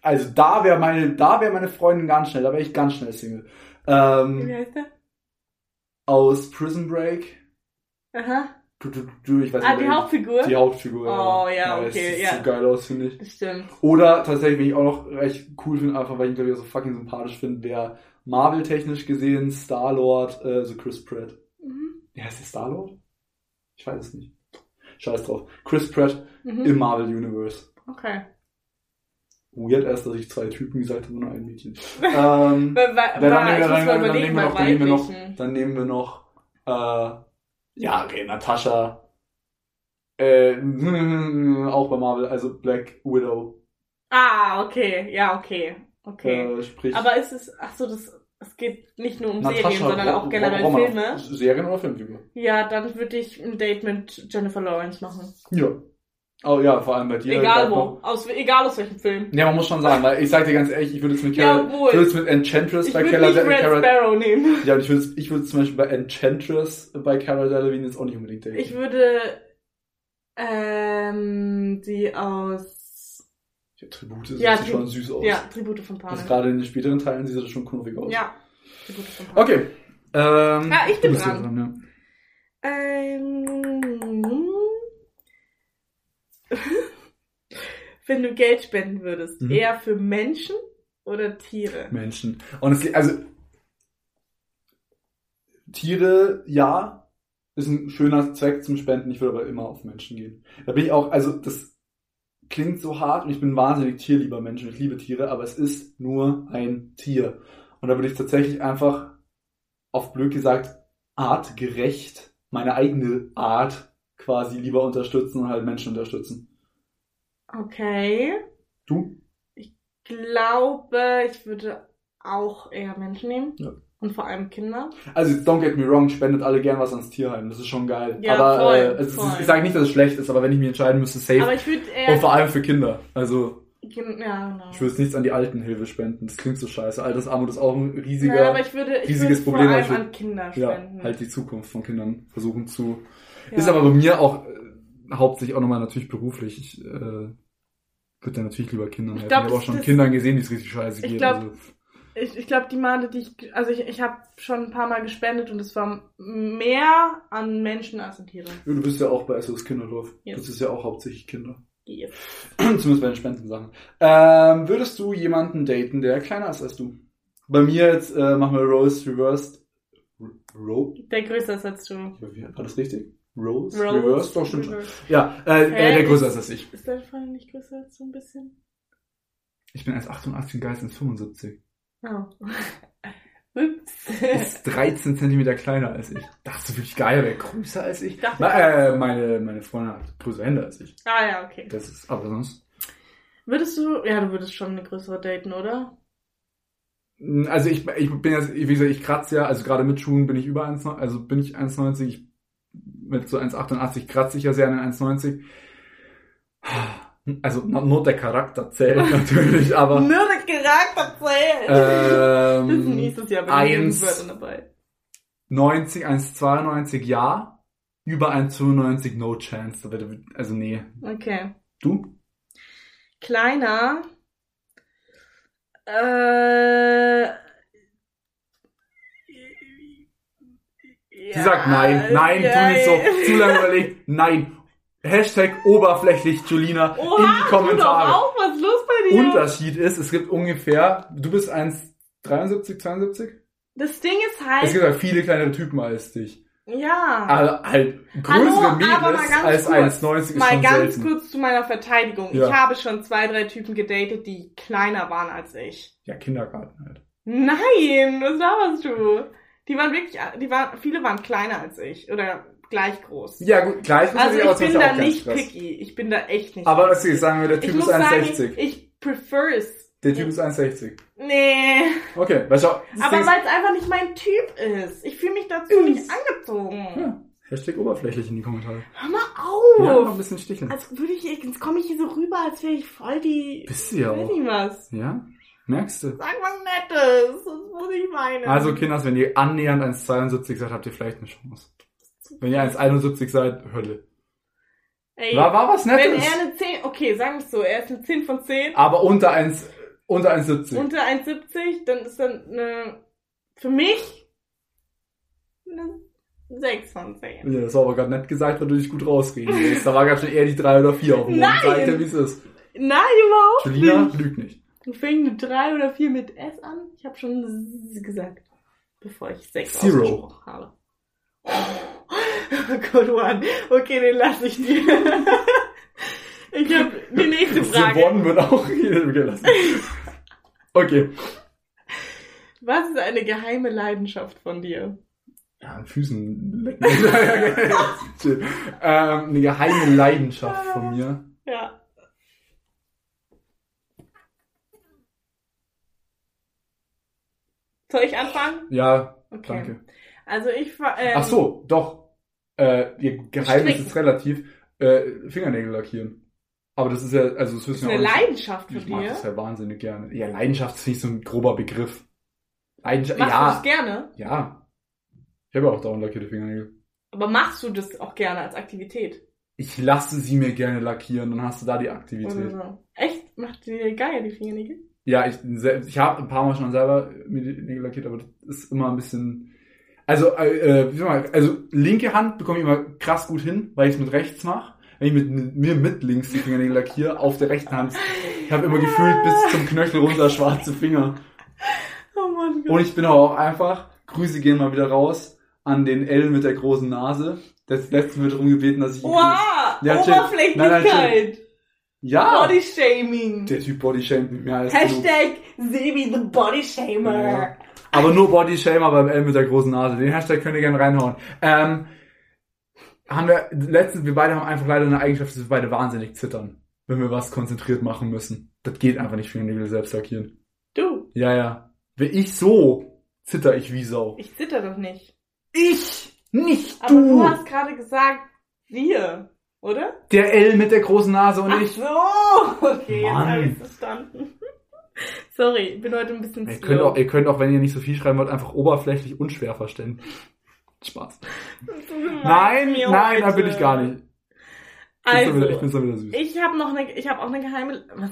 [SPEAKER 1] Also da wäre meine, da wäre meine Freundin ganz schnell, da wäre ich ganz schnell Single. Ähm,
[SPEAKER 2] Wie heißt der?
[SPEAKER 1] aus Prison Break.
[SPEAKER 2] Aha.
[SPEAKER 1] Du, du, du, ich weiß
[SPEAKER 2] Ah,
[SPEAKER 1] nicht,
[SPEAKER 2] die
[SPEAKER 1] wer-
[SPEAKER 2] Hauptfigur?
[SPEAKER 1] Also Die Hauptfigur.
[SPEAKER 2] Oh, ja,
[SPEAKER 1] Aber
[SPEAKER 2] okay,
[SPEAKER 1] es sieht
[SPEAKER 2] ja.
[SPEAKER 1] so geil aus, finde ich.
[SPEAKER 2] Bestimmt.
[SPEAKER 1] Oder tatsächlich, wenn ich auch noch recht cool finde, einfach weil ich ihn, glaube ich, auch so fucking sympathisch finde, wäre Marvel-technisch gesehen Star-Lord, äh, so Chris Pratt.
[SPEAKER 2] Mhm.
[SPEAKER 1] Ja, ist der Star-Lord? Ich weiß es nicht. Scheiß drauf. Chris Pratt im
[SPEAKER 2] Mhm.
[SPEAKER 1] Marvel-Universe.
[SPEAKER 2] Okay.
[SPEAKER 1] Weird erst, dass ich zwei Typen gesagt habe, nur ein Mädchen. [laughs] ähm,
[SPEAKER 2] Wa- wa-
[SPEAKER 1] dann
[SPEAKER 2] wa- ich
[SPEAKER 1] nehmen wir-
[SPEAKER 2] muss mal
[SPEAKER 1] dann- dann
[SPEAKER 2] überlegen,
[SPEAKER 1] nehmen wir
[SPEAKER 2] bei
[SPEAKER 1] noch- dann nehmen wir noch-
[SPEAKER 2] weiblichen.
[SPEAKER 1] Dann nehmen wir noch, äh, ja, okay, Natasha, äh, [laughs] auch bei Marvel, also Black Widow,
[SPEAKER 2] Ah, okay. Ja, okay. Okay.
[SPEAKER 1] äh, sprich
[SPEAKER 2] Aber ist es, ach so, das, es geht nicht nur um
[SPEAKER 1] Natascha
[SPEAKER 2] Serien, sondern
[SPEAKER 1] Ro-
[SPEAKER 2] auch generell
[SPEAKER 1] Romanoff.
[SPEAKER 2] Filme.
[SPEAKER 1] Serien oder Filmfigur?
[SPEAKER 2] Ja, dann würde ich ein Date mit Jennifer Lawrence machen.
[SPEAKER 1] Ja. Oh ja, vor allem bei dir.
[SPEAKER 2] egal
[SPEAKER 1] Glaub
[SPEAKER 2] wo.
[SPEAKER 1] noch-
[SPEAKER 2] Aus, egal aus welchem Film.
[SPEAKER 1] Ja, man muss schon sagen, weil ich sag dir ganz ehrlich, ich würde jetzt mit,
[SPEAKER 2] Ja,
[SPEAKER 1] Cara,
[SPEAKER 2] obwohl.
[SPEAKER 1] ich würde jetzt mit Enchantress
[SPEAKER 2] Ich
[SPEAKER 1] bei
[SPEAKER 2] würde
[SPEAKER 1] Cara
[SPEAKER 2] nicht Red
[SPEAKER 1] Delevingne...
[SPEAKER 2] Sparrow nehmen.
[SPEAKER 1] Ja, und ich würde ich würde zum Beispiel bei Enchantress bei Cara Delevingne jetzt auch nicht unbedingt denken.
[SPEAKER 2] Ich würde ähm, die aus
[SPEAKER 1] ja, Tribute sieht
[SPEAKER 2] Ja,
[SPEAKER 1] schon süß aus.
[SPEAKER 2] ja, Tribute von
[SPEAKER 1] Also
[SPEAKER 2] Panem.
[SPEAKER 1] gerade in den späteren Teilen sieht das schon knuffig aus.
[SPEAKER 2] Ja, Tribute von Panem.
[SPEAKER 1] Okay. Ähm,
[SPEAKER 2] Ah, ich bin
[SPEAKER 1] du bist
[SPEAKER 2] dran.
[SPEAKER 1] ja.
[SPEAKER 2] Ähm, [laughs] wenn du Geld spenden würdest,
[SPEAKER 1] Mhm.
[SPEAKER 2] eher für Menschen Oder Tiere?
[SPEAKER 1] Menschen. Und es geht, also Tiere, ja, ist ein schöner Zweck zum Spenden. Ich würde aber immer auf Menschen gehen. Da bin ich auch, also das klingt so hart und ich bin ein wahnsinnig tierlieber Mensch und ich liebe Tiere, aber es ist nur ein Tier. Und da würde ich tatsächlich einfach auf blöd gesagt artgerecht meine eigene Art quasi lieber unterstützen und halt Menschen unterstützen.
[SPEAKER 2] Okay.
[SPEAKER 1] Du?
[SPEAKER 2] Glaube, ich würde auch eher Menschen nehmen.
[SPEAKER 1] Ja.
[SPEAKER 2] Und vor allem Kinder.
[SPEAKER 1] Also don't get me wrong, spendet alle gern was ans Tierheim, das ist schon geil.
[SPEAKER 2] Ja,
[SPEAKER 1] aber
[SPEAKER 2] voll,
[SPEAKER 1] äh, es,
[SPEAKER 2] voll.
[SPEAKER 1] ich sage nicht, dass es schlecht ist, aber wenn ich mich entscheiden müsste, safe.
[SPEAKER 2] Aber ich würde
[SPEAKER 1] und
[SPEAKER 2] eher.
[SPEAKER 1] vor allem für Kinder. Also
[SPEAKER 2] Gen- Ja, genau.
[SPEAKER 1] ich würde jetzt nichts an die Altenhilfe spenden, das klingt so scheiße. Altersarmut ist auch ein riesiger,
[SPEAKER 2] Nein, aber ich würde, ich
[SPEAKER 1] riesiges
[SPEAKER 2] würde vor
[SPEAKER 1] Problem,
[SPEAKER 2] allem
[SPEAKER 1] also-
[SPEAKER 2] an Kinder
[SPEAKER 1] ja,
[SPEAKER 2] spenden.
[SPEAKER 1] halt die Zukunft von Kindern versuchen zu
[SPEAKER 2] Ja.
[SPEAKER 1] Ist aber bei mir auch äh, hauptsächlich auch nochmal natürlich beruflich. Ich äh, würde dann natürlich lieber Kindern helfen. Ich,
[SPEAKER 2] glaub,
[SPEAKER 1] habe auch
[SPEAKER 2] das-
[SPEAKER 1] schon
[SPEAKER 2] das-
[SPEAKER 1] Kindern gesehen, die es richtig scheiße
[SPEAKER 2] Ich
[SPEAKER 1] geht.
[SPEAKER 2] glaub-
[SPEAKER 1] also,
[SPEAKER 2] Ich, ich glaube, die Male, die ich. Also ich, ich habe schon ein paar Mal gespendet und es war mehr an Menschen als an Tiere.
[SPEAKER 1] du bist ja auch bei SOS Kinderdorf.
[SPEAKER 2] Ja.
[SPEAKER 1] Das ist ja auch hauptsächlich Kinder.
[SPEAKER 2] Yes.
[SPEAKER 1] [clears throat] Zumindest bei den Spendensachen. Ähm, würdest du jemanden daten, der kleiner ist als du? Bei mir jetzt äh, machen wir Rose Reversed. R- Ro?
[SPEAKER 2] Der größer ist als du.
[SPEAKER 1] War das richtig? Rose,
[SPEAKER 2] Rose
[SPEAKER 1] Reversed? Doch, stimmt schon.
[SPEAKER 2] Reverse.
[SPEAKER 1] Ja, äh,
[SPEAKER 2] Hä?
[SPEAKER 1] äh, der größer ist als ich.
[SPEAKER 2] Ist deine Freundin nicht größer als du ein bisschen?
[SPEAKER 1] Ich bin 1,88 und Geist 1,75.
[SPEAKER 2] Oh. [laughs] Ups. [laughs]
[SPEAKER 1] ist 13 Zentimeter kleiner als ich. Das ist wirklich geil, wer größer als ich.
[SPEAKER 2] Dachte-
[SPEAKER 1] Na, äh, meine, meine Freundin hat größere Hände als ich.
[SPEAKER 2] ah ja, okay.
[SPEAKER 1] Das ist, aber sonst.
[SPEAKER 2] Würdest du. Ja, du würdest schon eine größere daten, oder?
[SPEAKER 1] Also ich, ich bin jetzt, wie gesagt, ich kratze ja, also gerade mit Schuhen bin ich über 1, also bin ich 1,90, ich, mit so 1,88 kratze ich ja sehr an den 1,90. Also na- nur der Charakter zählt
[SPEAKER 2] [laughs]
[SPEAKER 1] natürlich, aber
[SPEAKER 2] Nur der Charakter zählt. das ist
[SPEAKER 1] ähm,
[SPEAKER 2] nächstes Jahr
[SPEAKER 1] eins.
[SPEAKER 2] Jugendwörtern dabei.
[SPEAKER 1] 90, 1,92 ja, über 1,95 no chance. Da wird- Also nee.
[SPEAKER 2] Okay.
[SPEAKER 1] Du?
[SPEAKER 2] Kleiner. Äh.
[SPEAKER 1] Sie sagt nein, nein, tu nicht so. Zu lange überlegt, nein. Hashtag oberflächlich, Julina,
[SPEAKER 2] Oha,
[SPEAKER 1] in die
[SPEAKER 2] Tu
[SPEAKER 1] Kommentare.
[SPEAKER 2] doch auf, was ist los bei dir?
[SPEAKER 1] Unterschied ist, es gibt ungefähr, du bist 1,73, 72?
[SPEAKER 2] das Ding ist
[SPEAKER 1] Es
[SPEAKER 2] halt.
[SPEAKER 1] gibt halt viele kleinere Typen als dich.
[SPEAKER 2] ja.
[SPEAKER 1] Aber halt
[SPEAKER 2] Ah. Hallo,
[SPEAKER 1] größere
[SPEAKER 2] aber mal ganz
[SPEAKER 1] Mädels als
[SPEAKER 2] kurz.
[SPEAKER 1] 1,90 ist
[SPEAKER 2] Mal
[SPEAKER 1] schon
[SPEAKER 2] ganz
[SPEAKER 1] selten.
[SPEAKER 2] kurz zu meiner Verteidigung.
[SPEAKER 1] Ja.
[SPEAKER 2] Ich habe schon zwei, drei Typen gedatet, die kleiner waren als ich.
[SPEAKER 1] Ja, Kindergarten halt.
[SPEAKER 2] Nein, was laberst du? Die waren wirklich, die waren, viele waren kleiner als ich oder gleich groß.
[SPEAKER 1] Ja gut, gleich muss
[SPEAKER 2] also
[SPEAKER 1] aber
[SPEAKER 2] ich
[SPEAKER 1] zum
[SPEAKER 2] bin
[SPEAKER 1] Beispiel
[SPEAKER 2] da
[SPEAKER 1] auch ganz
[SPEAKER 2] nicht
[SPEAKER 1] krass.
[SPEAKER 2] picky. Ich bin da echt nicht
[SPEAKER 1] Aber das
[SPEAKER 2] picky.
[SPEAKER 1] ist, sagen wir, der
[SPEAKER 2] ich
[SPEAKER 1] Typ
[SPEAKER 2] muss
[SPEAKER 1] ist
[SPEAKER 2] sagen,
[SPEAKER 1] 1,60.
[SPEAKER 2] ich prefer es.
[SPEAKER 1] der Typ ist 1,60.
[SPEAKER 2] Nee.
[SPEAKER 1] Okay, weil schau. das Ding
[SPEAKER 2] Aber
[SPEAKER 1] ist-
[SPEAKER 2] weil es einfach nicht mein Typ ist. Ich fühle mich dazu nicht
[SPEAKER 1] Ist.
[SPEAKER 2] angezogen.
[SPEAKER 1] ja, Hashtag oberflächlich in die Kommentare.
[SPEAKER 2] Hör mal
[SPEAKER 1] Ja, noch
[SPEAKER 2] auf.
[SPEAKER 1] ein bisschen sticheln.
[SPEAKER 2] als würde ich, jetzt komme ich hier so rüber, als wäre ich voll die.
[SPEAKER 1] Bist du ja
[SPEAKER 2] Will
[SPEAKER 1] auch.
[SPEAKER 2] ich was?
[SPEAKER 1] Ja, merkst du.
[SPEAKER 2] Sag was Nettes, sonst muss ich meinen.
[SPEAKER 1] Also Kinders, wenn ihr annähernd 1,72 seid, habt ihr vielleicht eine Chance. Wenn ihr 1,71 seid, Hölle.
[SPEAKER 2] Ey,
[SPEAKER 1] War, war was
[SPEAKER 2] wenn
[SPEAKER 1] Nettes.
[SPEAKER 2] er eine 10, okay, sagen wir es so, er ist eine 10 von 10,
[SPEAKER 1] Aber unter 1, unter 1,70.
[SPEAKER 2] unter 1,70, dann ist dann eine, für mich, eine 6 von 10.
[SPEAKER 1] Ja, das war aber gerade nett gesagt, weil du dich gut rausreden willst. Da war gerade schon eher die 3 oder 4 auf dem Mund.
[SPEAKER 2] Nein!
[SPEAKER 1] Sag ich dir, wie es ist.
[SPEAKER 2] Nein, überhaupt
[SPEAKER 1] Julina,
[SPEAKER 2] nicht.
[SPEAKER 1] lüg nicht.
[SPEAKER 2] Du fängst eine 3 oder 4 mit S an? Ich habe schon S gesagt, bevor ich 6
[SPEAKER 1] Zero.
[SPEAKER 2] ausgesprochen habe. Good one. Okay, den lasse ich dir. [laughs] ich habe die nächste Frage.
[SPEAKER 1] Gewonnen wird auch jedem gelassen. Okay.
[SPEAKER 2] Was ist eine geheime Leidenschaft von dir?
[SPEAKER 1] Ja, an Füßen lecken. [laughs]
[SPEAKER 2] [laughs]
[SPEAKER 1] Chill. ähm, eine geheime Leidenschaft von mir.
[SPEAKER 2] Ja. Soll ich anfangen?
[SPEAKER 1] Ja,
[SPEAKER 2] Okay.
[SPEAKER 1] danke.
[SPEAKER 2] Also ich ver- ähm,
[SPEAKER 1] Ach so, doch. Äh, ihr Geheimnis
[SPEAKER 2] Stricken.
[SPEAKER 1] ist relativ. Äh, Fingernägel lackieren. Aber das ist ja, also das
[SPEAKER 2] ist
[SPEAKER 1] wissen wir
[SPEAKER 2] eine
[SPEAKER 1] auch nicht.
[SPEAKER 2] Leidenschaft von
[SPEAKER 1] Ich mag das
[SPEAKER 2] dir.
[SPEAKER 1] ja wahnsinnig gerne. Ja, Leidenschaft ist nicht so ein grober Begriff. Leidenschaft,
[SPEAKER 2] Machst du das
[SPEAKER 1] ja.
[SPEAKER 2] gerne?
[SPEAKER 1] Ja. Ich habe ja auch dauernd lackierte Fingernägel.
[SPEAKER 2] Aber machst du das auch gerne als Aktivität?
[SPEAKER 1] Ich lasse sie mir gerne lackieren, dann hast du da die
[SPEAKER 2] Oder
[SPEAKER 1] Aktivität.
[SPEAKER 2] so? Echt? Macht dir geil die Fingernägel?
[SPEAKER 1] Ja, ich, sel- ich habe ein paar Mal schon selber mir die Nägel lackiert, aber das ist immer ein bisschen. Also, äh, äh, wie soll man, also linke Hand bekomme ich immer krass gut hin, weil ich es mit rechts mache. wenn ich mit, mit mir mit links die Fingernägel lackiere, auf der rechten Hand. Ich habe immer gefühlt bis zum Knöchel runter schwarze Finger.
[SPEAKER 2] Oh mein Gott.
[SPEAKER 1] Und ich bin aber auch einfach, Grüße gehen mal wieder raus an den L mit der großen Nase. Das letzte wird darum gebeten, dass ich ihn grüße.
[SPEAKER 2] Wow,
[SPEAKER 1] Ja, chill. Nein, nein,
[SPEAKER 2] Oberflächlichkeit.
[SPEAKER 1] Ja!
[SPEAKER 2] Body Shaming.
[SPEAKER 1] Der Typ bodyshamed mit mir alles genug.
[SPEAKER 2] Hashtag Sebi the Body Shamer.
[SPEAKER 1] Ja. Aber nur Bodyshamer beim L mit der großen Nase. Den Hashtag könnt ihr gerne reinhauen. Ähm, haben wir, letztens, wir beide haben einfach leider eine Eigenschaft, dass wir beide wahnsinnig zittern, wenn wir was konzentriert machen müssen. Das geht einfach nicht, Fingernägel selbst lackieren.
[SPEAKER 2] Du,
[SPEAKER 1] Ja, ja. Wenn ich so, zitter ich wie Sau.
[SPEAKER 2] ich zitter doch nicht.
[SPEAKER 1] Ich, nicht
[SPEAKER 2] Aber
[SPEAKER 1] du.
[SPEAKER 2] du hast gerade gesagt, wir, oder?
[SPEAKER 1] Der L mit der großen Nase und
[SPEAKER 2] Ach
[SPEAKER 1] ich.
[SPEAKER 2] so, okay,
[SPEAKER 1] Mann.
[SPEAKER 2] jetzt habe ich verstanden. [laughs] Sorry, bin heute ein bisschen
[SPEAKER 1] Ihr könnt,
[SPEAKER 2] slow.
[SPEAKER 1] auch, ihr könnt auch, wenn ihr nicht so viel schreiben wollt, einfach oberflächlich und schwer verstehen. Spaß.
[SPEAKER 2] Du meinst
[SPEAKER 1] Nein,
[SPEAKER 2] mir
[SPEAKER 1] nein, da bin
[SPEAKER 2] heute.
[SPEAKER 1] ich gar nicht. Ich bin schon wieder, ich bin
[SPEAKER 2] Also,
[SPEAKER 1] schon wieder süß.
[SPEAKER 2] ich habe noch eine, ich habe auch eine geheime, was,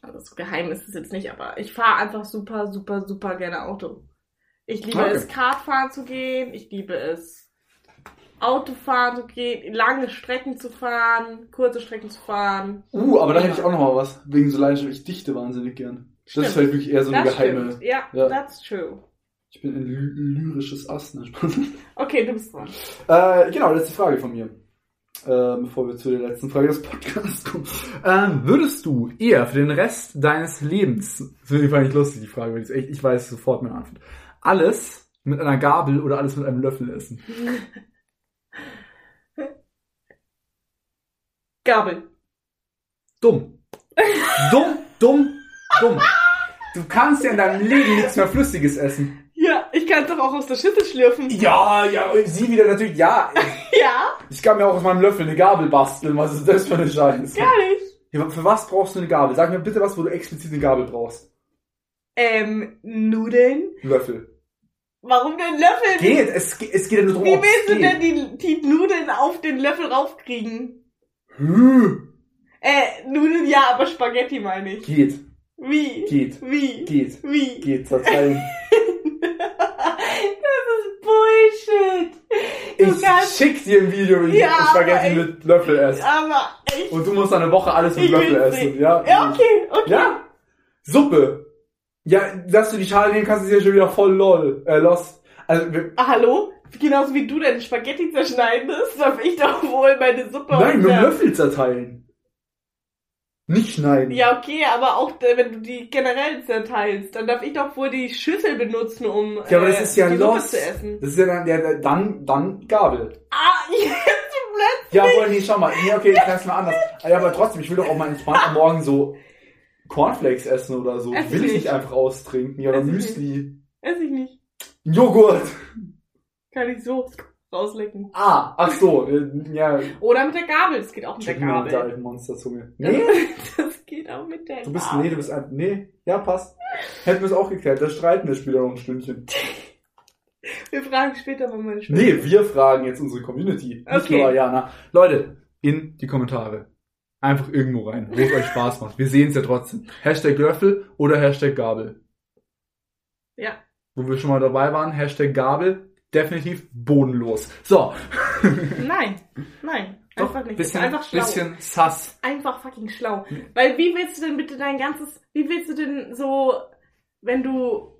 [SPEAKER 2] also so geheim ist es jetzt nicht, aber ich fahre einfach super, super, super gerne Auto. Ich liebe
[SPEAKER 1] Okay.
[SPEAKER 2] es, Kartfahren zu gehen, ich liebe es, Autofahren zu gehen, lange Strecken zu fahren, kurze Strecken zu fahren.
[SPEAKER 1] Uh, aber da hätte ich auch noch mal was. Wegen so leidenschaftlich Dichte wahnsinnig gern.
[SPEAKER 2] Stimmt.
[SPEAKER 1] Das ist halt wirklich eher so eine
[SPEAKER 2] das
[SPEAKER 1] geheime.
[SPEAKER 2] stimmt. Ja,
[SPEAKER 1] ja.
[SPEAKER 2] that's true.
[SPEAKER 1] Ich bin ein ly lyrisches Ass. Ne? Spaß. [laughs]
[SPEAKER 2] Okay, du bist dran.
[SPEAKER 1] äh, genau, letzte Frage von mir. Äh, bevor wir zu der letzten Frage des Podcasts kommen. Ähm, würdest du eher für den Rest deines Lebens, das finde ich eigentlich lustig, die Frage, weil die ist echt, ich weiß sofort meine Antwort, alles mit einer Gabel oder alles mit einem Löffel essen?
[SPEAKER 2] Gabel. [laughs]
[SPEAKER 1] Dumm. dumm, dumm, dumm. Du kannst ja in deinem Leben nichts mehr Flüssiges essen.
[SPEAKER 2] Ja, ich kann doch auch aus der Schüssel schlürfen.
[SPEAKER 1] Ja, ja, sie wieder natürlich, [laughs] ja.
[SPEAKER 2] Ja,
[SPEAKER 1] Ich kann mir auch aus meinem Löffel eine Gabel basteln. Was ist das für eine Scheiße?
[SPEAKER 2] gar nicht.
[SPEAKER 1] Ja, für was brauchst du eine Gabel? Sag mir bitte was, wo du explizit eine Gabel brauchst.
[SPEAKER 2] Ähm, Nudeln?
[SPEAKER 1] Löffel.
[SPEAKER 2] Warum denn Löffel?
[SPEAKER 1] Geht, es, ge- es geht ja nur drum,
[SPEAKER 2] Wie
[SPEAKER 1] ob's
[SPEAKER 2] willst du
[SPEAKER 1] geht.
[SPEAKER 2] denn die, die Nudeln auf den Löffel raufkriegen?
[SPEAKER 1] Hm,
[SPEAKER 2] Äh, Nudeln ja, aber Spaghetti meine ich.
[SPEAKER 1] geht,
[SPEAKER 2] Wie?
[SPEAKER 1] geht,
[SPEAKER 2] Wie?
[SPEAKER 1] geht,
[SPEAKER 2] Wie? [laughs]
[SPEAKER 1] geht. Verzeihen.
[SPEAKER 2] das ist Bullshit. Du
[SPEAKER 1] Ich
[SPEAKER 2] kannst,
[SPEAKER 1] schick dir ein Video, wenn
[SPEAKER 2] Ja,
[SPEAKER 1] ich Spaghetti
[SPEAKER 2] aber ich-
[SPEAKER 1] mit Löffel esse.
[SPEAKER 2] aber ich,
[SPEAKER 1] Und du musst eine Woche alles mit
[SPEAKER 2] ich
[SPEAKER 1] Löffel
[SPEAKER 2] will's
[SPEAKER 1] essen.
[SPEAKER 2] nicht.
[SPEAKER 1] Ja?
[SPEAKER 2] Ja, okay, okay.
[SPEAKER 1] Ja? Suppe. Ja, dass du die Schale nehmen kannst, ist ja schon wieder voll lol. Äh, lost. Also, wir,
[SPEAKER 2] Ah, Hallo? Genauso wie du deine Spaghetti zerschneidest, darf ich doch wohl meine Suppe
[SPEAKER 1] nein, mit
[SPEAKER 2] aus
[SPEAKER 1] dem
[SPEAKER 2] der-
[SPEAKER 1] Löffel zerteilen. Nicht schneiden.
[SPEAKER 2] Ja, okay, aber auch äh, wenn du die generell zerteilst, dann darf ich doch wohl die Schüssel benutzen, um
[SPEAKER 1] Ja, aber das
[SPEAKER 2] äh,
[SPEAKER 1] ist ja
[SPEAKER 2] die
[SPEAKER 1] los.
[SPEAKER 2] Suppe zu essen.
[SPEAKER 1] Das ist ja dann, ja, dann, dann Gabel.
[SPEAKER 2] Ah, [laughs] jetzt du blöd.
[SPEAKER 1] Ja, wohl, nee, schau mal. Nee, okay, ich kann's mal anders. Ah, Ja, aber trotzdem, ich will doch auch mal entspannt am Morgen so Cornflakes essen oder so.
[SPEAKER 2] Ess ich
[SPEAKER 1] will ich
[SPEAKER 2] nicht.
[SPEAKER 1] nicht einfach austrinken. Ja, oder
[SPEAKER 2] Ess ich
[SPEAKER 1] Müsli.
[SPEAKER 2] Ess ich nicht.
[SPEAKER 1] Joghurt.
[SPEAKER 2] Kann ich so rauslecken.
[SPEAKER 1] Ah, ach so. äh, Ja,
[SPEAKER 2] Oder mit der Gabel. Das geht auch mit der
[SPEAKER 1] Chicken mit
[SPEAKER 2] [laughs]
[SPEAKER 1] der
[SPEAKER 2] Gabel.
[SPEAKER 1] alten Monsterzunge.
[SPEAKER 2] Das-
[SPEAKER 1] Nee,
[SPEAKER 2] Das geht auch mit der
[SPEAKER 1] du bist, nee,
[SPEAKER 2] Gabel.
[SPEAKER 1] du bist ein, nee. Ja, passt. Hätten wir es auch geklärt. Da streiten wir später noch ein Stündchen.
[SPEAKER 2] Wir fragen später mal meine Schwester.
[SPEAKER 1] Nee, wir fragen jetzt unsere Community. Nicht
[SPEAKER 2] Okay.
[SPEAKER 1] nur Ariana. Leute, in die Kommentare. Einfach irgendwo rein, wo es euch Spaß macht. Wir sehen es ja trotzdem. Hashtag Löffel oder Hashtag Gabel.
[SPEAKER 2] Ja.
[SPEAKER 1] Wo wir schon mal dabei waren, Hashtag Gabel, definitiv bodenlos. So,
[SPEAKER 2] Nein. Nein.
[SPEAKER 1] doch,
[SPEAKER 2] Einfach nicht.
[SPEAKER 1] bisschen,
[SPEAKER 2] Einfach schlau.
[SPEAKER 1] bisschen sass.
[SPEAKER 2] Einfach fucking schlau. Weil wie willst du denn bitte dein ganzes... Wie willst du denn so... Wenn du...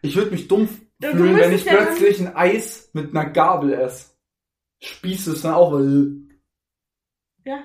[SPEAKER 1] Ich würde mich dumm
[SPEAKER 2] Du- du
[SPEAKER 1] fühlen, wenn ich
[SPEAKER 2] müsstest ja
[SPEAKER 1] plötzlich ein Eis mit einer Gabel esse. Spieß es dann auch, weil...
[SPEAKER 2] Ja.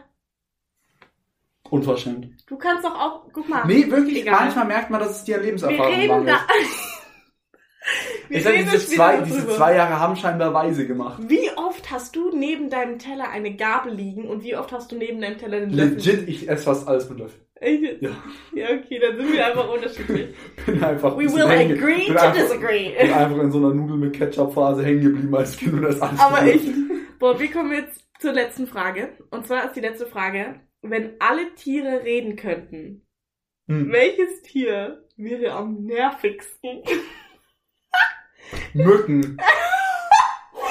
[SPEAKER 1] Unverschämt.
[SPEAKER 2] Du kannst doch auch... Guck mal.
[SPEAKER 1] Nee, wirklich,
[SPEAKER 2] Egal.
[SPEAKER 1] manchmal merkt man, dass es dir an
[SPEAKER 2] wir
[SPEAKER 1] Lebenserfahrung
[SPEAKER 2] reden
[SPEAKER 1] mangelt.
[SPEAKER 2] da... [laughs] wir
[SPEAKER 1] ich sag,
[SPEAKER 2] reden
[SPEAKER 1] diese
[SPEAKER 2] später
[SPEAKER 1] zwei,
[SPEAKER 2] noch
[SPEAKER 1] diese
[SPEAKER 2] drüber.
[SPEAKER 1] zwei Jahre haben scheinbar weise gemacht.
[SPEAKER 2] Wie oft hast du neben deinem Teller eine Gabel liegen und wie oft hast du neben deinem Teller den Löffel?
[SPEAKER 1] Legit, ich esse fast alles mit Löffel.
[SPEAKER 2] Echt jetzt?
[SPEAKER 1] Ja.
[SPEAKER 2] ja, okay, dann sind wir einfach unterschiedlich.
[SPEAKER 1] [laughs] Bin einfach ein
[SPEAKER 2] We
[SPEAKER 1] bisschen
[SPEAKER 2] will
[SPEAKER 1] hängen-
[SPEAKER 2] agree
[SPEAKER 1] bin
[SPEAKER 2] to
[SPEAKER 1] einfach, bin
[SPEAKER 2] disagree.
[SPEAKER 1] einfach in so einer Nudel mit Ketchup-Phase hängen geblieben als Kind und das alles.
[SPEAKER 2] [laughs] Aber
[SPEAKER 1] gemacht.
[SPEAKER 2] ich. Boah, wir kommen jetzt zur letzten Frage. Und zwar ist die letzte Frage: Wenn alle Tiere reden könnten,
[SPEAKER 1] Hm.
[SPEAKER 2] welches Tier wäre am nervigsten?
[SPEAKER 1] Mücken.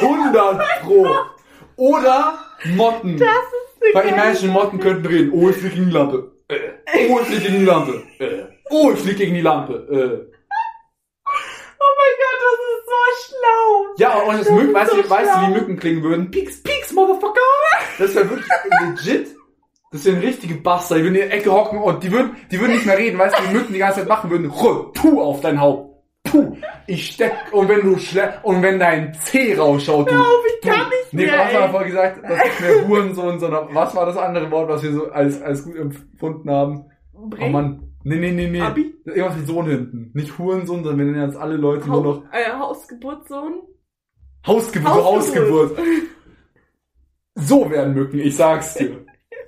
[SPEAKER 1] 100 pro. Oder Motten. Weil imagine, Motten könnten reden. Oh, ich flieg gegen die Lampe. Äh. Oh, ich flieg gegen die Lampe. Äh. Oh, ich flieg gegen die Lampe. Äh.
[SPEAKER 2] Oh mein Gott, das ist so schlau!
[SPEAKER 1] Ja, und das
[SPEAKER 2] Das
[SPEAKER 1] Mücken,
[SPEAKER 2] ist
[SPEAKER 1] weißt,
[SPEAKER 2] so
[SPEAKER 1] du, weißt du, wie
[SPEAKER 2] schlau.
[SPEAKER 1] Mücken klingen würden? Pieks, pieks, Motherfucker. Das wäre wirklich legit Das sind richtige Bastard. Die würden in die Ecke hocken und die würden, die würden nicht mehr reden, weißt du, die würden die ganze Zeit machen würden, Ruh, puh auf dein Haupt. Puh, ich steck, und wenn du schle und wenn dein Zeh rausschaut, du,
[SPEAKER 2] Auf, ich
[SPEAKER 1] du,
[SPEAKER 2] kann nicht
[SPEAKER 1] Nee,
[SPEAKER 2] mehr.
[SPEAKER 1] du hast mal
[SPEAKER 2] ey.
[SPEAKER 1] vorher gesagt, das ist mehr Hurensohn, sondern was war das andere Wort, was wir so als, als gut empfunden haben? Oh
[SPEAKER 2] Bring-
[SPEAKER 1] Mann. Nee, nee, nee, nee.
[SPEAKER 2] Abi?
[SPEAKER 1] Irgendwas mit Sohn hinten. Nicht Hurensohn, sondern wir nennen jetzt alle Leute nur noch
[SPEAKER 2] Haus, äh, Hausgeburtssohn?
[SPEAKER 1] Hausgeburt,
[SPEAKER 2] Hausgeburt.
[SPEAKER 1] Hausgeburt. So werden Mücken, ich sag's dir.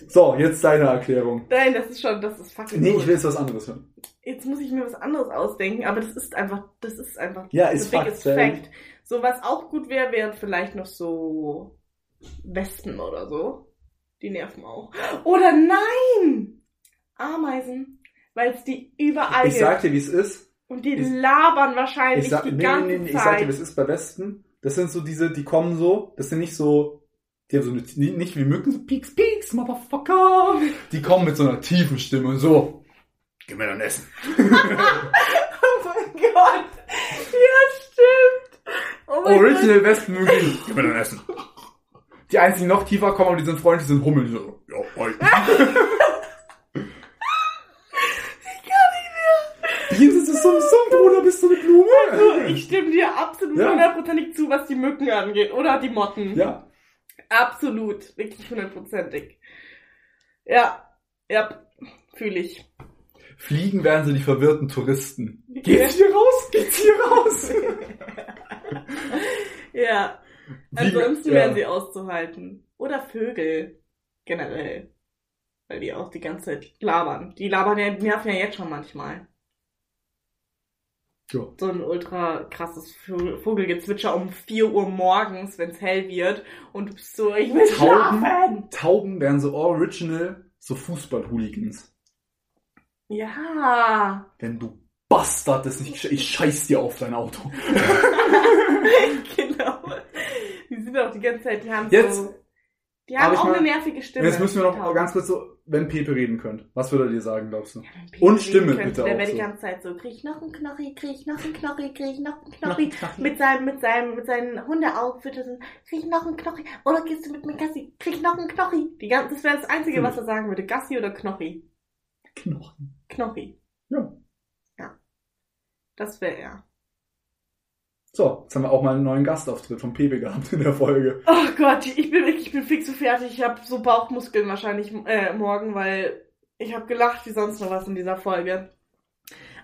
[SPEAKER 1] So, jetzt deine Erklärung.
[SPEAKER 2] Nein, das ist schon, das ist fucking
[SPEAKER 1] Nee,
[SPEAKER 2] gut.
[SPEAKER 1] ich will jetzt was anderes hören.
[SPEAKER 2] Jetzt muss ich mir was anderes ausdenken, aber das ist einfach, das ist einfach
[SPEAKER 1] Ja,
[SPEAKER 2] The
[SPEAKER 1] ist Fakt.
[SPEAKER 2] biggest
[SPEAKER 1] Sam.
[SPEAKER 2] fact. So, was auch gut wäre, wären vielleicht noch so Wespen oder so. Die nerven auch. Oder nein! Ameisen. Weil es die überall
[SPEAKER 1] Ich sag dir, wie es ist.
[SPEAKER 2] Und die
[SPEAKER 1] ich-
[SPEAKER 2] labern wahrscheinlich
[SPEAKER 1] Ich sag,
[SPEAKER 2] die
[SPEAKER 1] nee,
[SPEAKER 2] ganze
[SPEAKER 1] nee, nee, ich sag
[SPEAKER 2] Zeit.
[SPEAKER 1] dir, wie es ist bei Wespen. Das sind so diese, die kommen so, das sind nicht so, die haben so eine, die- nicht wie Mücken, so Pieks, Pieks, Motherfucker. Die kommen mit so einer tiefen Stimme, so. Gib mir dein Essen.
[SPEAKER 2] [laughs] oh mein Gott. Ja, stimmt. Oh mein Gott.
[SPEAKER 1] Original
[SPEAKER 2] [laughs]
[SPEAKER 1] Wespenmücken. Gib mir dein Essen. Die einzigen, die noch tiefer kommen, aber die sind freundlich, sind Hummeln. Die so, ja,
[SPEAKER 2] [laughs]
[SPEAKER 1] hoi. Bienen sind so zum Summ, Bruder, bist du eine
[SPEAKER 2] Also,
[SPEAKER 1] Blume?
[SPEAKER 2] ich stimme dir absolut
[SPEAKER 1] Ja.
[SPEAKER 2] hundertprozentig zu, was die Mücken angeht. Oder die Motten.
[SPEAKER 1] Ja,
[SPEAKER 2] Absolut, wirklich hundertprozentig. Ja, ja, fühle ich.
[SPEAKER 1] Fliegen wären so die verwirrten Touristen. Geht's hier raus? Geht's hier raus?
[SPEAKER 2] Ja, ansonsten wären sie auszuhalten. Oder Vögel, generell. Weil die auch die ganze Zeit labern. Die labern ja, nerven ja jetzt schon manchmal.
[SPEAKER 1] Ja.
[SPEAKER 2] So ein ultra krasses Vö- Vogelgezwitscher um 4 Uhr morgens, wenn es hell wird. Und du bist so, ich will
[SPEAKER 1] Tauben?
[SPEAKER 2] schlafen.
[SPEAKER 1] Tauben wären so original, so Fußball-Hooligans.
[SPEAKER 2] Ja.
[SPEAKER 1] Wenn du Bastard das nicht, gesch- ich scheiß dir auf dein Auto.
[SPEAKER 2] [laughs] genau. Die sind auch die ganze Zeit, die haben
[SPEAKER 1] Jetzt-
[SPEAKER 2] so. Die
[SPEAKER 1] Aber
[SPEAKER 2] haben
[SPEAKER 1] ich
[SPEAKER 2] auch
[SPEAKER 1] meine,
[SPEAKER 2] eine nervige Stimme.
[SPEAKER 1] Jetzt müssen wir noch
[SPEAKER 2] Tauben.
[SPEAKER 1] ganz kurz so, wenn Pepe reden könnt, was würde er dir sagen, glaubst du?
[SPEAKER 2] Ja, wenn Peter reden
[SPEAKER 1] Stimme
[SPEAKER 2] könnte,
[SPEAKER 1] bitte
[SPEAKER 2] Der
[SPEAKER 1] auch
[SPEAKER 2] wäre die
[SPEAKER 1] so.
[SPEAKER 2] ganze Zeit so, krieg ich noch einen Knochi, krieg ich noch einen Knochi, krieg ich noch einen Knochi. Mit seinem, mit seinem, mit seinen Hundeaugen wird er so, krieg ich noch einen Knochi. Oder gehst du mit mir Gassi, krieg ich noch einen Knochi. Die ganze, das wäre das
[SPEAKER 1] Hm.
[SPEAKER 2] Einzige, was er sagen würde. Gassi oder Knochi?
[SPEAKER 1] Knochen.
[SPEAKER 2] Knochi.
[SPEAKER 1] Ja.
[SPEAKER 2] Ja. Das wäre er.
[SPEAKER 1] So, jetzt haben wir auch mal einen neuen Gastauftritt von Pepe gehabt in der Folge.
[SPEAKER 2] Oh Gott, ich bin wirklich, ich bin fix so fertig. Ich habe so Bauchmuskeln wahrscheinlich äh, morgen, weil ich habe gelacht wie sonst noch was in dieser Folge.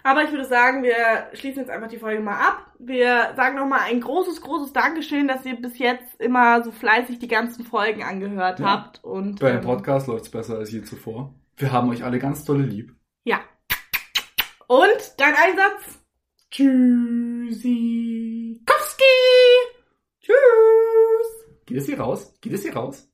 [SPEAKER 2] Aber ich würde sagen, wir schließen jetzt einfach die Folge mal ab. Wir sagen nochmal ein großes, großes Dankeschön, dass ihr bis jetzt immer so fleißig die ganzen Folgen angehört
[SPEAKER 1] Ja.
[SPEAKER 2] habt. Und
[SPEAKER 1] Bei dem
[SPEAKER 2] ähm,
[SPEAKER 1] Podcast läuft's besser als je zuvor. Wir haben euch alle ganz tolle lieb.
[SPEAKER 2] und dein Einsatz?
[SPEAKER 1] Tschüssi.
[SPEAKER 2] Kowski! Tschüss!
[SPEAKER 1] Geht es hier raus? Geht es hier raus?